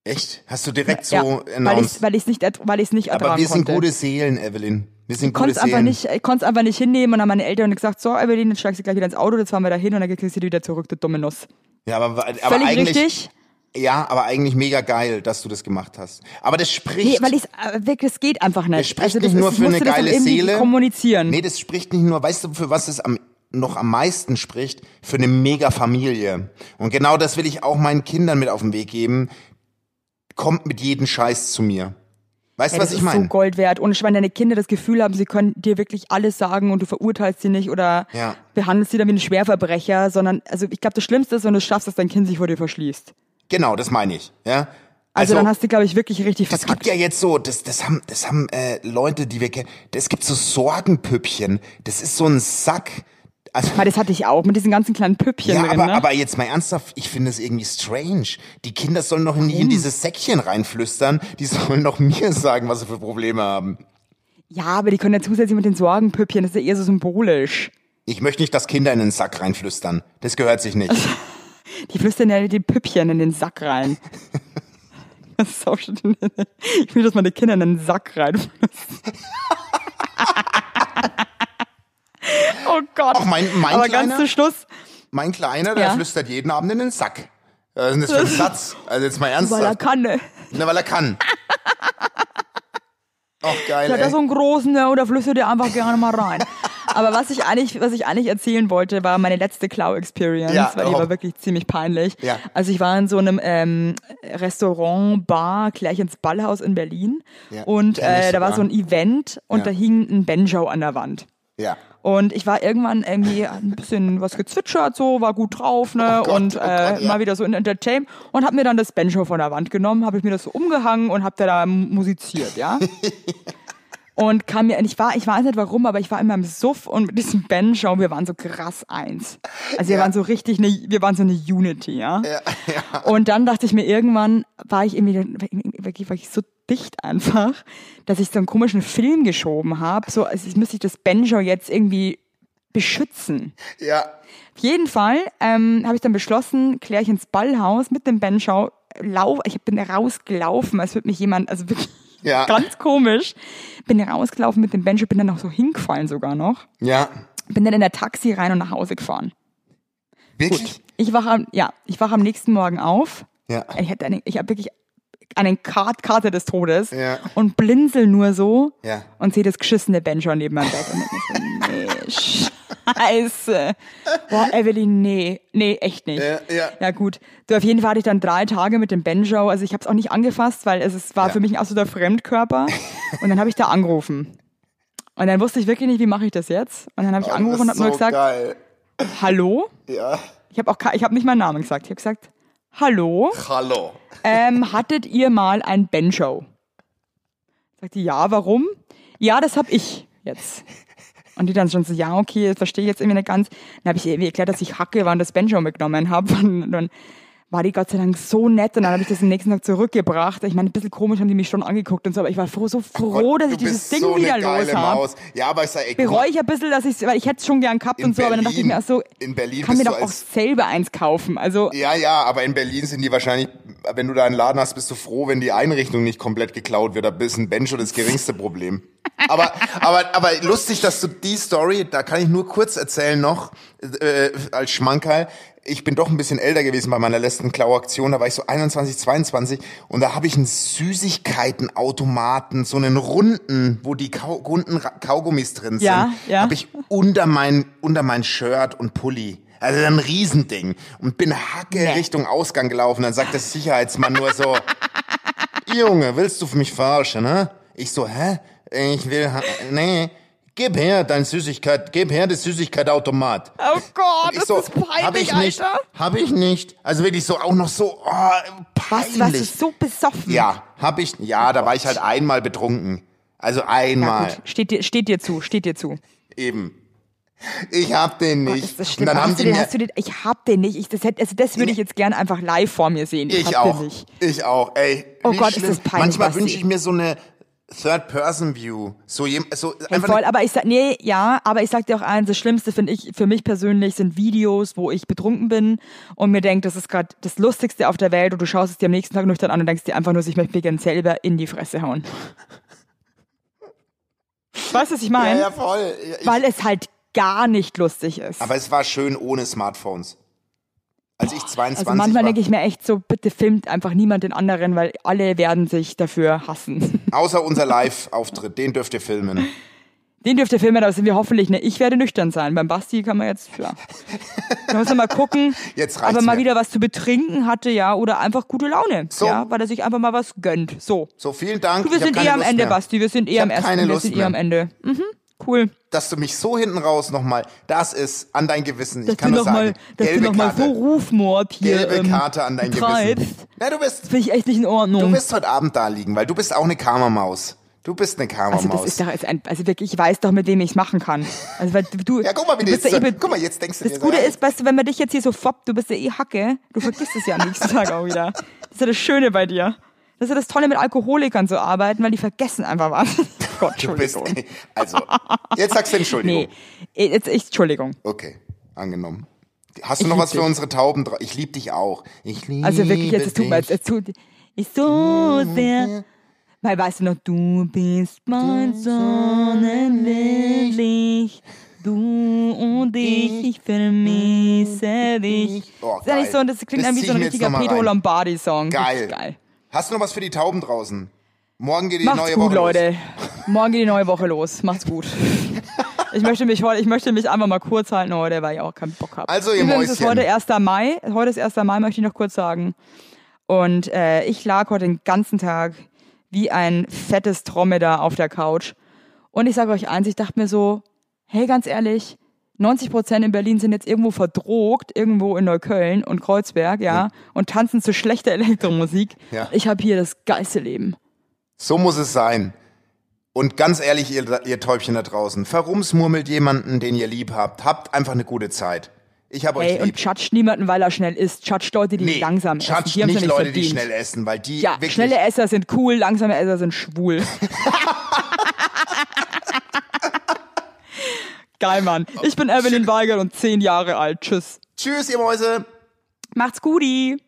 [SPEAKER 1] Echt? Hast du direkt
[SPEAKER 2] ja,
[SPEAKER 1] so
[SPEAKER 2] weil ich
[SPEAKER 1] announced?
[SPEAKER 2] weil ich's nicht, ert- weil ich's nicht ertragen
[SPEAKER 1] Aber wir sind
[SPEAKER 2] konnte.
[SPEAKER 1] gute Seelen, Evelyn. Wir sind gute
[SPEAKER 2] Konnt's
[SPEAKER 1] Seelen.
[SPEAKER 2] einfach nicht, ich konnte es einfach nicht hinnehmen und dann haben meine Eltern gesagt, so Evelyn, jetzt steigst du gleich wieder ins Auto, jetzt fahren wir da hin und dann kriegst du die wieder zurück, du dumme Nuss.
[SPEAKER 1] Ja, aber, aber
[SPEAKER 2] Völlig
[SPEAKER 1] eigentlich,
[SPEAKER 2] richtig.
[SPEAKER 1] Ja, aber eigentlich mega geil, dass du das gemacht hast. Aber das
[SPEAKER 2] Nee,
[SPEAKER 1] spricht.
[SPEAKER 2] weil ich wirklich, es geht einfach nicht.
[SPEAKER 1] das spricht
[SPEAKER 2] also, das
[SPEAKER 1] nicht nur
[SPEAKER 2] ist,
[SPEAKER 1] für
[SPEAKER 2] ich
[SPEAKER 1] eine
[SPEAKER 2] musste das
[SPEAKER 1] geile
[SPEAKER 2] auch irgendwie
[SPEAKER 1] Seele.
[SPEAKER 2] kommunizieren.
[SPEAKER 1] nee, das spricht nicht nur, weißt du, für was es am, noch am meisten spricht? Für eine mega Familie. Und genau das will ich auch meinen Kindern mit auf den Weg geben. Kommt mit jedem Scheiß zu mir. Weißt
[SPEAKER 2] Ja,
[SPEAKER 1] du, was
[SPEAKER 2] das
[SPEAKER 1] ich
[SPEAKER 2] ist
[SPEAKER 1] meine?
[SPEAKER 2] so Gold wert. Und wenn deine Kinder das Gefühl haben, sie können dir wirklich alles sagen und du verurteilst sie nicht oder
[SPEAKER 1] Ja.
[SPEAKER 2] behandelst sie dann wie einen Schwerverbrecher, sondern, also ich glaube, das Schlimmste ist, wenn du es schaffst, dass dein Kind sich vor dir verschließt.
[SPEAKER 1] Genau, das meine ich. Ja?
[SPEAKER 2] Also, dann hast du, glaube ich, wirklich richtig
[SPEAKER 1] es gibt
[SPEAKER 2] verkackt.
[SPEAKER 1] ja jetzt so, das, das haben, das haben äh, Leute, die wir kennen, es gibt so Sorgenpüppchen. Das ist so ein Sack. Also,
[SPEAKER 2] Weil das hatte ich auch mit diesen ganzen kleinen Püppchen
[SPEAKER 1] ja,
[SPEAKER 2] drin.
[SPEAKER 1] aber,
[SPEAKER 2] ne?
[SPEAKER 1] aber jetzt mal ernsthaft, ich finde es irgendwie strange. Die Kinder sollen doch nicht in dieses Säckchen reinflüstern. Die sollen doch mir sagen, was sie für Probleme haben.
[SPEAKER 2] Ja, aber die können ja zusätzlich mit den Sorgenpüppchen, das ist ja eher so symbolisch.
[SPEAKER 1] Ich möchte nicht, dass Kinder in den Sack reinflüstern. Das gehört sich nicht.
[SPEAKER 2] Die flüstern ja die Püppchen in den Sack rein. Das ist auch schon, ich will, dass meine Kinder in den Sack reinflüstern. oh Gott.
[SPEAKER 1] Auch mein- mein
[SPEAKER 2] aber
[SPEAKER 1] Kleiner?
[SPEAKER 2] ganz zum Schluss,
[SPEAKER 1] Mein Kleiner, der
[SPEAKER 2] Ja.
[SPEAKER 1] flüstert jeden Abend in den Sack. Was ist denn das für ein Satz? Also jetzt mal
[SPEAKER 2] weil er
[SPEAKER 1] ernsthaft.
[SPEAKER 2] kann, ne?
[SPEAKER 1] Na, weil er kann. Och, geil,
[SPEAKER 2] Der hat da so
[SPEAKER 1] ey.
[SPEAKER 2] einen großen, ne, oder flüstert er einfach gerne mal rein. Aber was ich eigentlich, was ich eigentlich erzählen wollte, war meine letzte Klau-Experience,
[SPEAKER 1] Ja,
[SPEAKER 2] weil die
[SPEAKER 1] oh.
[SPEAKER 2] war wirklich ziemlich peinlich.
[SPEAKER 1] Ja.
[SPEAKER 2] Also ich war in so einem ähm, Restaurant, Bar, gleich ins Ballhaus in Berlin.
[SPEAKER 1] Ja,
[SPEAKER 2] und
[SPEAKER 1] kenn ich
[SPEAKER 2] äh, da war
[SPEAKER 1] sogar.
[SPEAKER 2] so ein Event und
[SPEAKER 1] Ja.
[SPEAKER 2] da hing ein Benjo an der Wand.
[SPEAKER 1] Ja.
[SPEAKER 2] Und ich war irgendwann irgendwie ein bisschen was gezwitschert, so, war gut drauf, ne?
[SPEAKER 1] Oh Gott,
[SPEAKER 2] und
[SPEAKER 1] oh
[SPEAKER 2] äh,
[SPEAKER 1] Gott, ja.
[SPEAKER 2] mal wieder so in Entertain und hab mir dann das Benjo von der Wand genommen, habe ich mir das so umgehangen und hab da, da musiziert, ja. und kam mir, ich war, ich weiß nicht warum, aber ich war in meinem Suff und mit diesem Benjo, wir waren so krass eins. Also wir waren so richtig, ne, wir waren so eine Unity, ja. Und dann dachte ich mir irgendwann, war ich irgendwie, wirklich war ich so dicht einfach, dass ich so einen komischen Film geschoben habe. So, als müsste ich das Benjo jetzt irgendwie beschützen.
[SPEAKER 1] Ja.
[SPEAKER 2] Auf jeden Fall ähm, habe ich dann beschlossen, klär ich ins Ballhaus mit dem Benjo. Lauf, ich bin rausgelaufen, als würde mich jemand, also wirklich
[SPEAKER 1] Ja.
[SPEAKER 2] ganz komisch, bin rausgelaufen mit dem Benjo, bin dann auch so hingefallen sogar noch,
[SPEAKER 1] Ja.
[SPEAKER 2] bin dann in der Taxi rein und nach Hause gefahren.
[SPEAKER 1] Wirklich?
[SPEAKER 2] Ich wach am, ja, ich wach am nächsten Morgen auf.
[SPEAKER 1] Ja.
[SPEAKER 2] Ich hatte einen, ich habe wirklich einen Kart, Karte des Todes
[SPEAKER 1] Ja.
[SPEAKER 2] und blinzel nur so
[SPEAKER 1] Ja.
[SPEAKER 2] und sehe das geschissene Benjo neben meinem Bett und denk mir so, nee, scheiße. Boah, Evelyn, nee, nee, echt nicht.
[SPEAKER 1] Ja, ja.
[SPEAKER 2] gut. Du, auf jeden Fall hatte ich dann drei Tage mit dem Benjo, also ich habe es auch nicht angefasst, weil es, es war für mich ein absoluter Fremdkörper und dann habe ich da angerufen. Und dann wusste ich wirklich nicht, wie mache ich das jetzt? Und dann habe ich angerufen und
[SPEAKER 1] Oh, Das
[SPEAKER 2] habe
[SPEAKER 1] ist so
[SPEAKER 2] nur gesagt,
[SPEAKER 1] geil.
[SPEAKER 2] hallo?
[SPEAKER 1] Ja.
[SPEAKER 2] Ich habe auch ke- ich habe nicht meinen Namen gesagt. Ich habe gesagt, hallo,
[SPEAKER 1] Hallo.
[SPEAKER 2] ähm, hattet ihr mal ein Benjo? Sagt die, ja, warum? Ja, das habe ich jetzt. Und die dann schon so, ja, okay, das verstehe ich jetzt irgendwie nicht ganz. Dann habe ich ihr irgendwie erklärt, dass ich Hacke war und das Benjo mitgenommen habe. Und dann war die Gott sei Dank so nett und dann habe ich das am nächsten Tag zurückgebracht. Ich meine, ein bisschen komisch haben die mich schon angeguckt und so, aber ich war froh, so froh,
[SPEAKER 1] Gott,
[SPEAKER 2] dass ich
[SPEAKER 1] du
[SPEAKER 2] dieses
[SPEAKER 1] bist
[SPEAKER 2] Ding
[SPEAKER 1] so
[SPEAKER 2] wieder
[SPEAKER 1] eine geile
[SPEAKER 2] los habe.
[SPEAKER 1] Maus. Ja, aber ich sag, ey, guck mal,
[SPEAKER 2] Bereue ich ein bisschen, dass ich weil ich hätte es schon gern gehabt
[SPEAKER 1] In
[SPEAKER 2] und so, aber dann dachte ich
[SPEAKER 1] Berlin-
[SPEAKER 2] mir, ach so,
[SPEAKER 1] in Berlin
[SPEAKER 2] kann mir
[SPEAKER 1] bist du
[SPEAKER 2] doch auch
[SPEAKER 1] als-
[SPEAKER 2] selber eins kaufen. Also
[SPEAKER 1] Ja, ja, aber in Berlin sind die wahrscheinlich, wenn du da einen Laden hast, bist du froh, wenn die Einrichtung nicht komplett geklaut wird. Da bist ein Benjo das geringste Problem. Aber, aber, aber lustig, dass du die Story, da kann ich nur kurz erzählen noch, äh, als Schmankerl. Ich bin doch ein bisschen älter gewesen bei meiner letzten Klauaktion, da war ich so 21, 22 und da habe ich einen Süßigkeitenautomaten, so einen runden, wo die Kau runden Ra- Kaugummis drin sind,
[SPEAKER 2] Ja, ja.
[SPEAKER 1] habe ich unter mein, unter mein Shirt und Pulli. Also ein Riesending. Und bin Hacke Richtung Ausgang gelaufen. Dann sagt der Sicherheitsmann nur so, Junge, willst du für mich verarschen, ne? Ich so, hä? Ich will, ha- nee, gib her dein Süßigkeit, gib her das Süßigkeitautomat.
[SPEAKER 2] Oh Gott,
[SPEAKER 1] Und
[SPEAKER 2] das ist peinlich,
[SPEAKER 1] hab ich nicht,
[SPEAKER 2] Alter.
[SPEAKER 1] hab ich nicht. Also wirklich so, auch noch so, oh, peinlich.
[SPEAKER 2] Was, warst du so besoffen?
[SPEAKER 1] Ja, hab ich, ja, da war ich halt einmal betrunken. Also
[SPEAKER 2] Na
[SPEAKER 1] einmal.
[SPEAKER 2] gut, steht dir, steht dir zu, steht dir zu.
[SPEAKER 1] Eben. Ich hab den
[SPEAKER 2] Gott,
[SPEAKER 1] nicht.
[SPEAKER 2] ist das
[SPEAKER 1] und
[SPEAKER 2] schlimm.
[SPEAKER 1] dann haben
[SPEAKER 2] hast
[SPEAKER 1] die
[SPEAKER 2] du den,
[SPEAKER 1] mir,
[SPEAKER 2] hast du den, ich hab den nicht. Ich, das, hätte, also das würde ich jetzt gern einfach live vor mir sehen. Ich,
[SPEAKER 1] ich
[SPEAKER 2] hab
[SPEAKER 1] auch.
[SPEAKER 2] den nicht.
[SPEAKER 1] Ich auch. Ey,
[SPEAKER 2] Oh
[SPEAKER 1] wie
[SPEAKER 2] Gott, ist
[SPEAKER 1] schlimm.
[SPEAKER 2] das peinlich,
[SPEAKER 1] Manchmal
[SPEAKER 2] Basti.
[SPEAKER 1] wünsche ich mir so eine Third-Person-View. So, jem- so
[SPEAKER 2] Hey,
[SPEAKER 1] einfach
[SPEAKER 2] voll,
[SPEAKER 1] eine-
[SPEAKER 2] aber ich sag, nee, ja, aber ich sag dir auch eins, das Schlimmste finde ich, für mich persönlich sind Videos, wo ich betrunken bin und mir denk, das ist gerade das Lustigste auf der Welt und du schaust es dir am nächsten Tag nüchtern an und denkst dir einfach nur, so, ich möchte mir gern selber in die Fresse hauen. weißt du, was
[SPEAKER 1] ja,
[SPEAKER 2] ich meine?
[SPEAKER 1] ja, voll. Ja, Ich,
[SPEAKER 2] Weil es halt gar nicht lustig ist.
[SPEAKER 1] aber es war schön ohne Smartphones. Als ich 22
[SPEAKER 2] Also manchmal
[SPEAKER 1] war,
[SPEAKER 2] denke ich mir echt so, bitte filmt einfach niemand den anderen, weil alle werden sich dafür hassen.
[SPEAKER 1] außer unser Live-Auftritt, den dürft ihr filmen.
[SPEAKER 2] Den dürft ihr filmen, aber sind wir hoffentlich, ne? Ich werde nüchtern sein. Beim Basti kann man jetzt, ja. Da muss man mal gucken,
[SPEAKER 1] Jetzt reicht's
[SPEAKER 2] aber mal
[SPEAKER 1] mir.
[SPEAKER 2] wieder was zu betrinken hatte, ja, oder einfach gute Laune.
[SPEAKER 1] So.
[SPEAKER 2] Ja, weil er sich einfach mal was gönnt. So.
[SPEAKER 1] So, vielen Dank.
[SPEAKER 2] Du, wir
[SPEAKER 1] ich hab
[SPEAKER 2] sind
[SPEAKER 1] keine
[SPEAKER 2] eh am
[SPEAKER 1] Lust
[SPEAKER 2] Ende,
[SPEAKER 1] mehr.
[SPEAKER 2] Basti. Wir sind
[SPEAKER 1] Ich
[SPEAKER 2] eh am
[SPEAKER 1] hab
[SPEAKER 2] ersten,
[SPEAKER 1] keine
[SPEAKER 2] wir
[SPEAKER 1] Lust
[SPEAKER 2] sind eh
[SPEAKER 1] mehr.
[SPEAKER 2] am Ende. Mhm, cool.
[SPEAKER 1] Dass du mich so hinten raus nochmal, das ist an dein Gewissen. Ich
[SPEAKER 2] Dass
[SPEAKER 1] kann
[SPEAKER 2] du
[SPEAKER 1] nur sagen,
[SPEAKER 2] nochmal, dass du
[SPEAKER 1] gelbe
[SPEAKER 2] noch mal
[SPEAKER 1] Karte.
[SPEAKER 2] so Rufmord hier
[SPEAKER 1] gelbe
[SPEAKER 2] ähm,
[SPEAKER 1] Karte an dein
[SPEAKER 2] treibst.
[SPEAKER 1] Gewissen. Na, du bist
[SPEAKER 2] Finde ich echt nicht in
[SPEAKER 1] Du
[SPEAKER 2] Ordnung.
[SPEAKER 1] wirst heute Abend da liegen, weil du bist auch eine Karma-Maus. Du bist eine
[SPEAKER 2] Also das
[SPEAKER 1] Karma-Maus.
[SPEAKER 2] ist doch jetzt ein, also wirklich, ich weiß doch, mit wem ich es machen kann. Also weil du,
[SPEAKER 1] ja, guck mal, wie
[SPEAKER 2] du
[SPEAKER 1] die ist.
[SPEAKER 2] bist ja eh be-
[SPEAKER 1] Guck mal, jetzt denkst du
[SPEAKER 2] Das
[SPEAKER 1] dir
[SPEAKER 2] Gute
[SPEAKER 1] so,
[SPEAKER 2] ist, weißt du, wenn man dich jetzt hier so foppt, du bist ja eh Hacke, du vergisst es ja am nächsten Tag auch wieder. Das ist ja das Schöne bei dir. Das ist ja das Tolle mit Alkoholikern zu arbeiten, weil die vergessen einfach was. Gott,
[SPEAKER 1] Du bist,
[SPEAKER 2] Entschuldigung.
[SPEAKER 1] also, jetzt sagst du Entschuldigung.
[SPEAKER 2] Nee, jetzt, ich, Entschuldigung.
[SPEAKER 1] Okay, angenommen. Hast du noch was für unsere Tauben? dra- Ich liebe dich auch. Ich liebe
[SPEAKER 2] Also wirklich, jetzt es tut mir
[SPEAKER 1] dich.
[SPEAKER 2] jetzt, es tut ich so sehr. Weil weißt du noch, du bist mein Sonnenlicht. Du und ich, ich vermisse dich.
[SPEAKER 1] Oh,
[SPEAKER 2] ist ja
[SPEAKER 1] geil.
[SPEAKER 2] nicht so, und das klingt
[SPEAKER 1] Das
[SPEAKER 2] irgendwie
[SPEAKER 1] zieh
[SPEAKER 2] so ein
[SPEAKER 1] ich mir jetzt
[SPEAKER 2] richtiger
[SPEAKER 1] noch mal
[SPEAKER 2] Pedro
[SPEAKER 1] rein.
[SPEAKER 2] Lombardi-Song.
[SPEAKER 1] Geil.
[SPEAKER 2] Richtig geil.
[SPEAKER 1] Hast du noch was für die Tauben draußen? Morgen geht die
[SPEAKER 2] Macht's
[SPEAKER 1] neue
[SPEAKER 2] gut,
[SPEAKER 1] Woche
[SPEAKER 2] Leute.
[SPEAKER 1] los.
[SPEAKER 2] Morgen geht die neue Woche los. Macht's gut. Ich möchte mich heute, ich möchte mich einfach mal kurz halten heute, weil ich auch keinen Bock habe.
[SPEAKER 1] Also, ihr
[SPEAKER 2] Übrigens ist
[SPEAKER 1] Mäuschen.
[SPEAKER 2] heute 1. Mai. Heute ist 1. Mai, möchte ich noch kurz sagen. Und äh, ich lag heute den ganzen Tag wie ein fettes Dromedar auf der Couch. Und ich sage euch eins, ich dachte mir so, hey, ganz ehrlich, 90 Prozent in Berlin sind jetzt irgendwo verdrogt, irgendwo in Neukölln und Kreuzberg, ja, und tanzen zu schlechter Elektromusik.
[SPEAKER 1] Ja.
[SPEAKER 2] Ich habe hier das geilste Leben.
[SPEAKER 1] So muss es sein. Und ganz ehrlich, ihr, ihr Täubchen da draußen, verrumsmurmelt jemanden, den ihr lieb habt. Habt einfach eine gute Zeit. Ich habe euch
[SPEAKER 2] Ey,
[SPEAKER 1] lieb.
[SPEAKER 2] und judge niemanden, weil er schnell ist. Judge Leute, die
[SPEAKER 1] nee,
[SPEAKER 2] langsam essen.
[SPEAKER 1] judge
[SPEAKER 2] Die haben's
[SPEAKER 1] nicht
[SPEAKER 2] ja
[SPEAKER 1] Leute,
[SPEAKER 2] verdient.
[SPEAKER 1] die schnell essen, weil die
[SPEAKER 2] Ja,
[SPEAKER 1] wirklich
[SPEAKER 2] schnelle Esser sind cool, langsame Esser sind schwul. Geil, Mann. Ich bin Evelyn Weigert und zehn Jahre alt. Tschüss.
[SPEAKER 1] Tschüss, ihr Mäuse.
[SPEAKER 2] Macht's guti.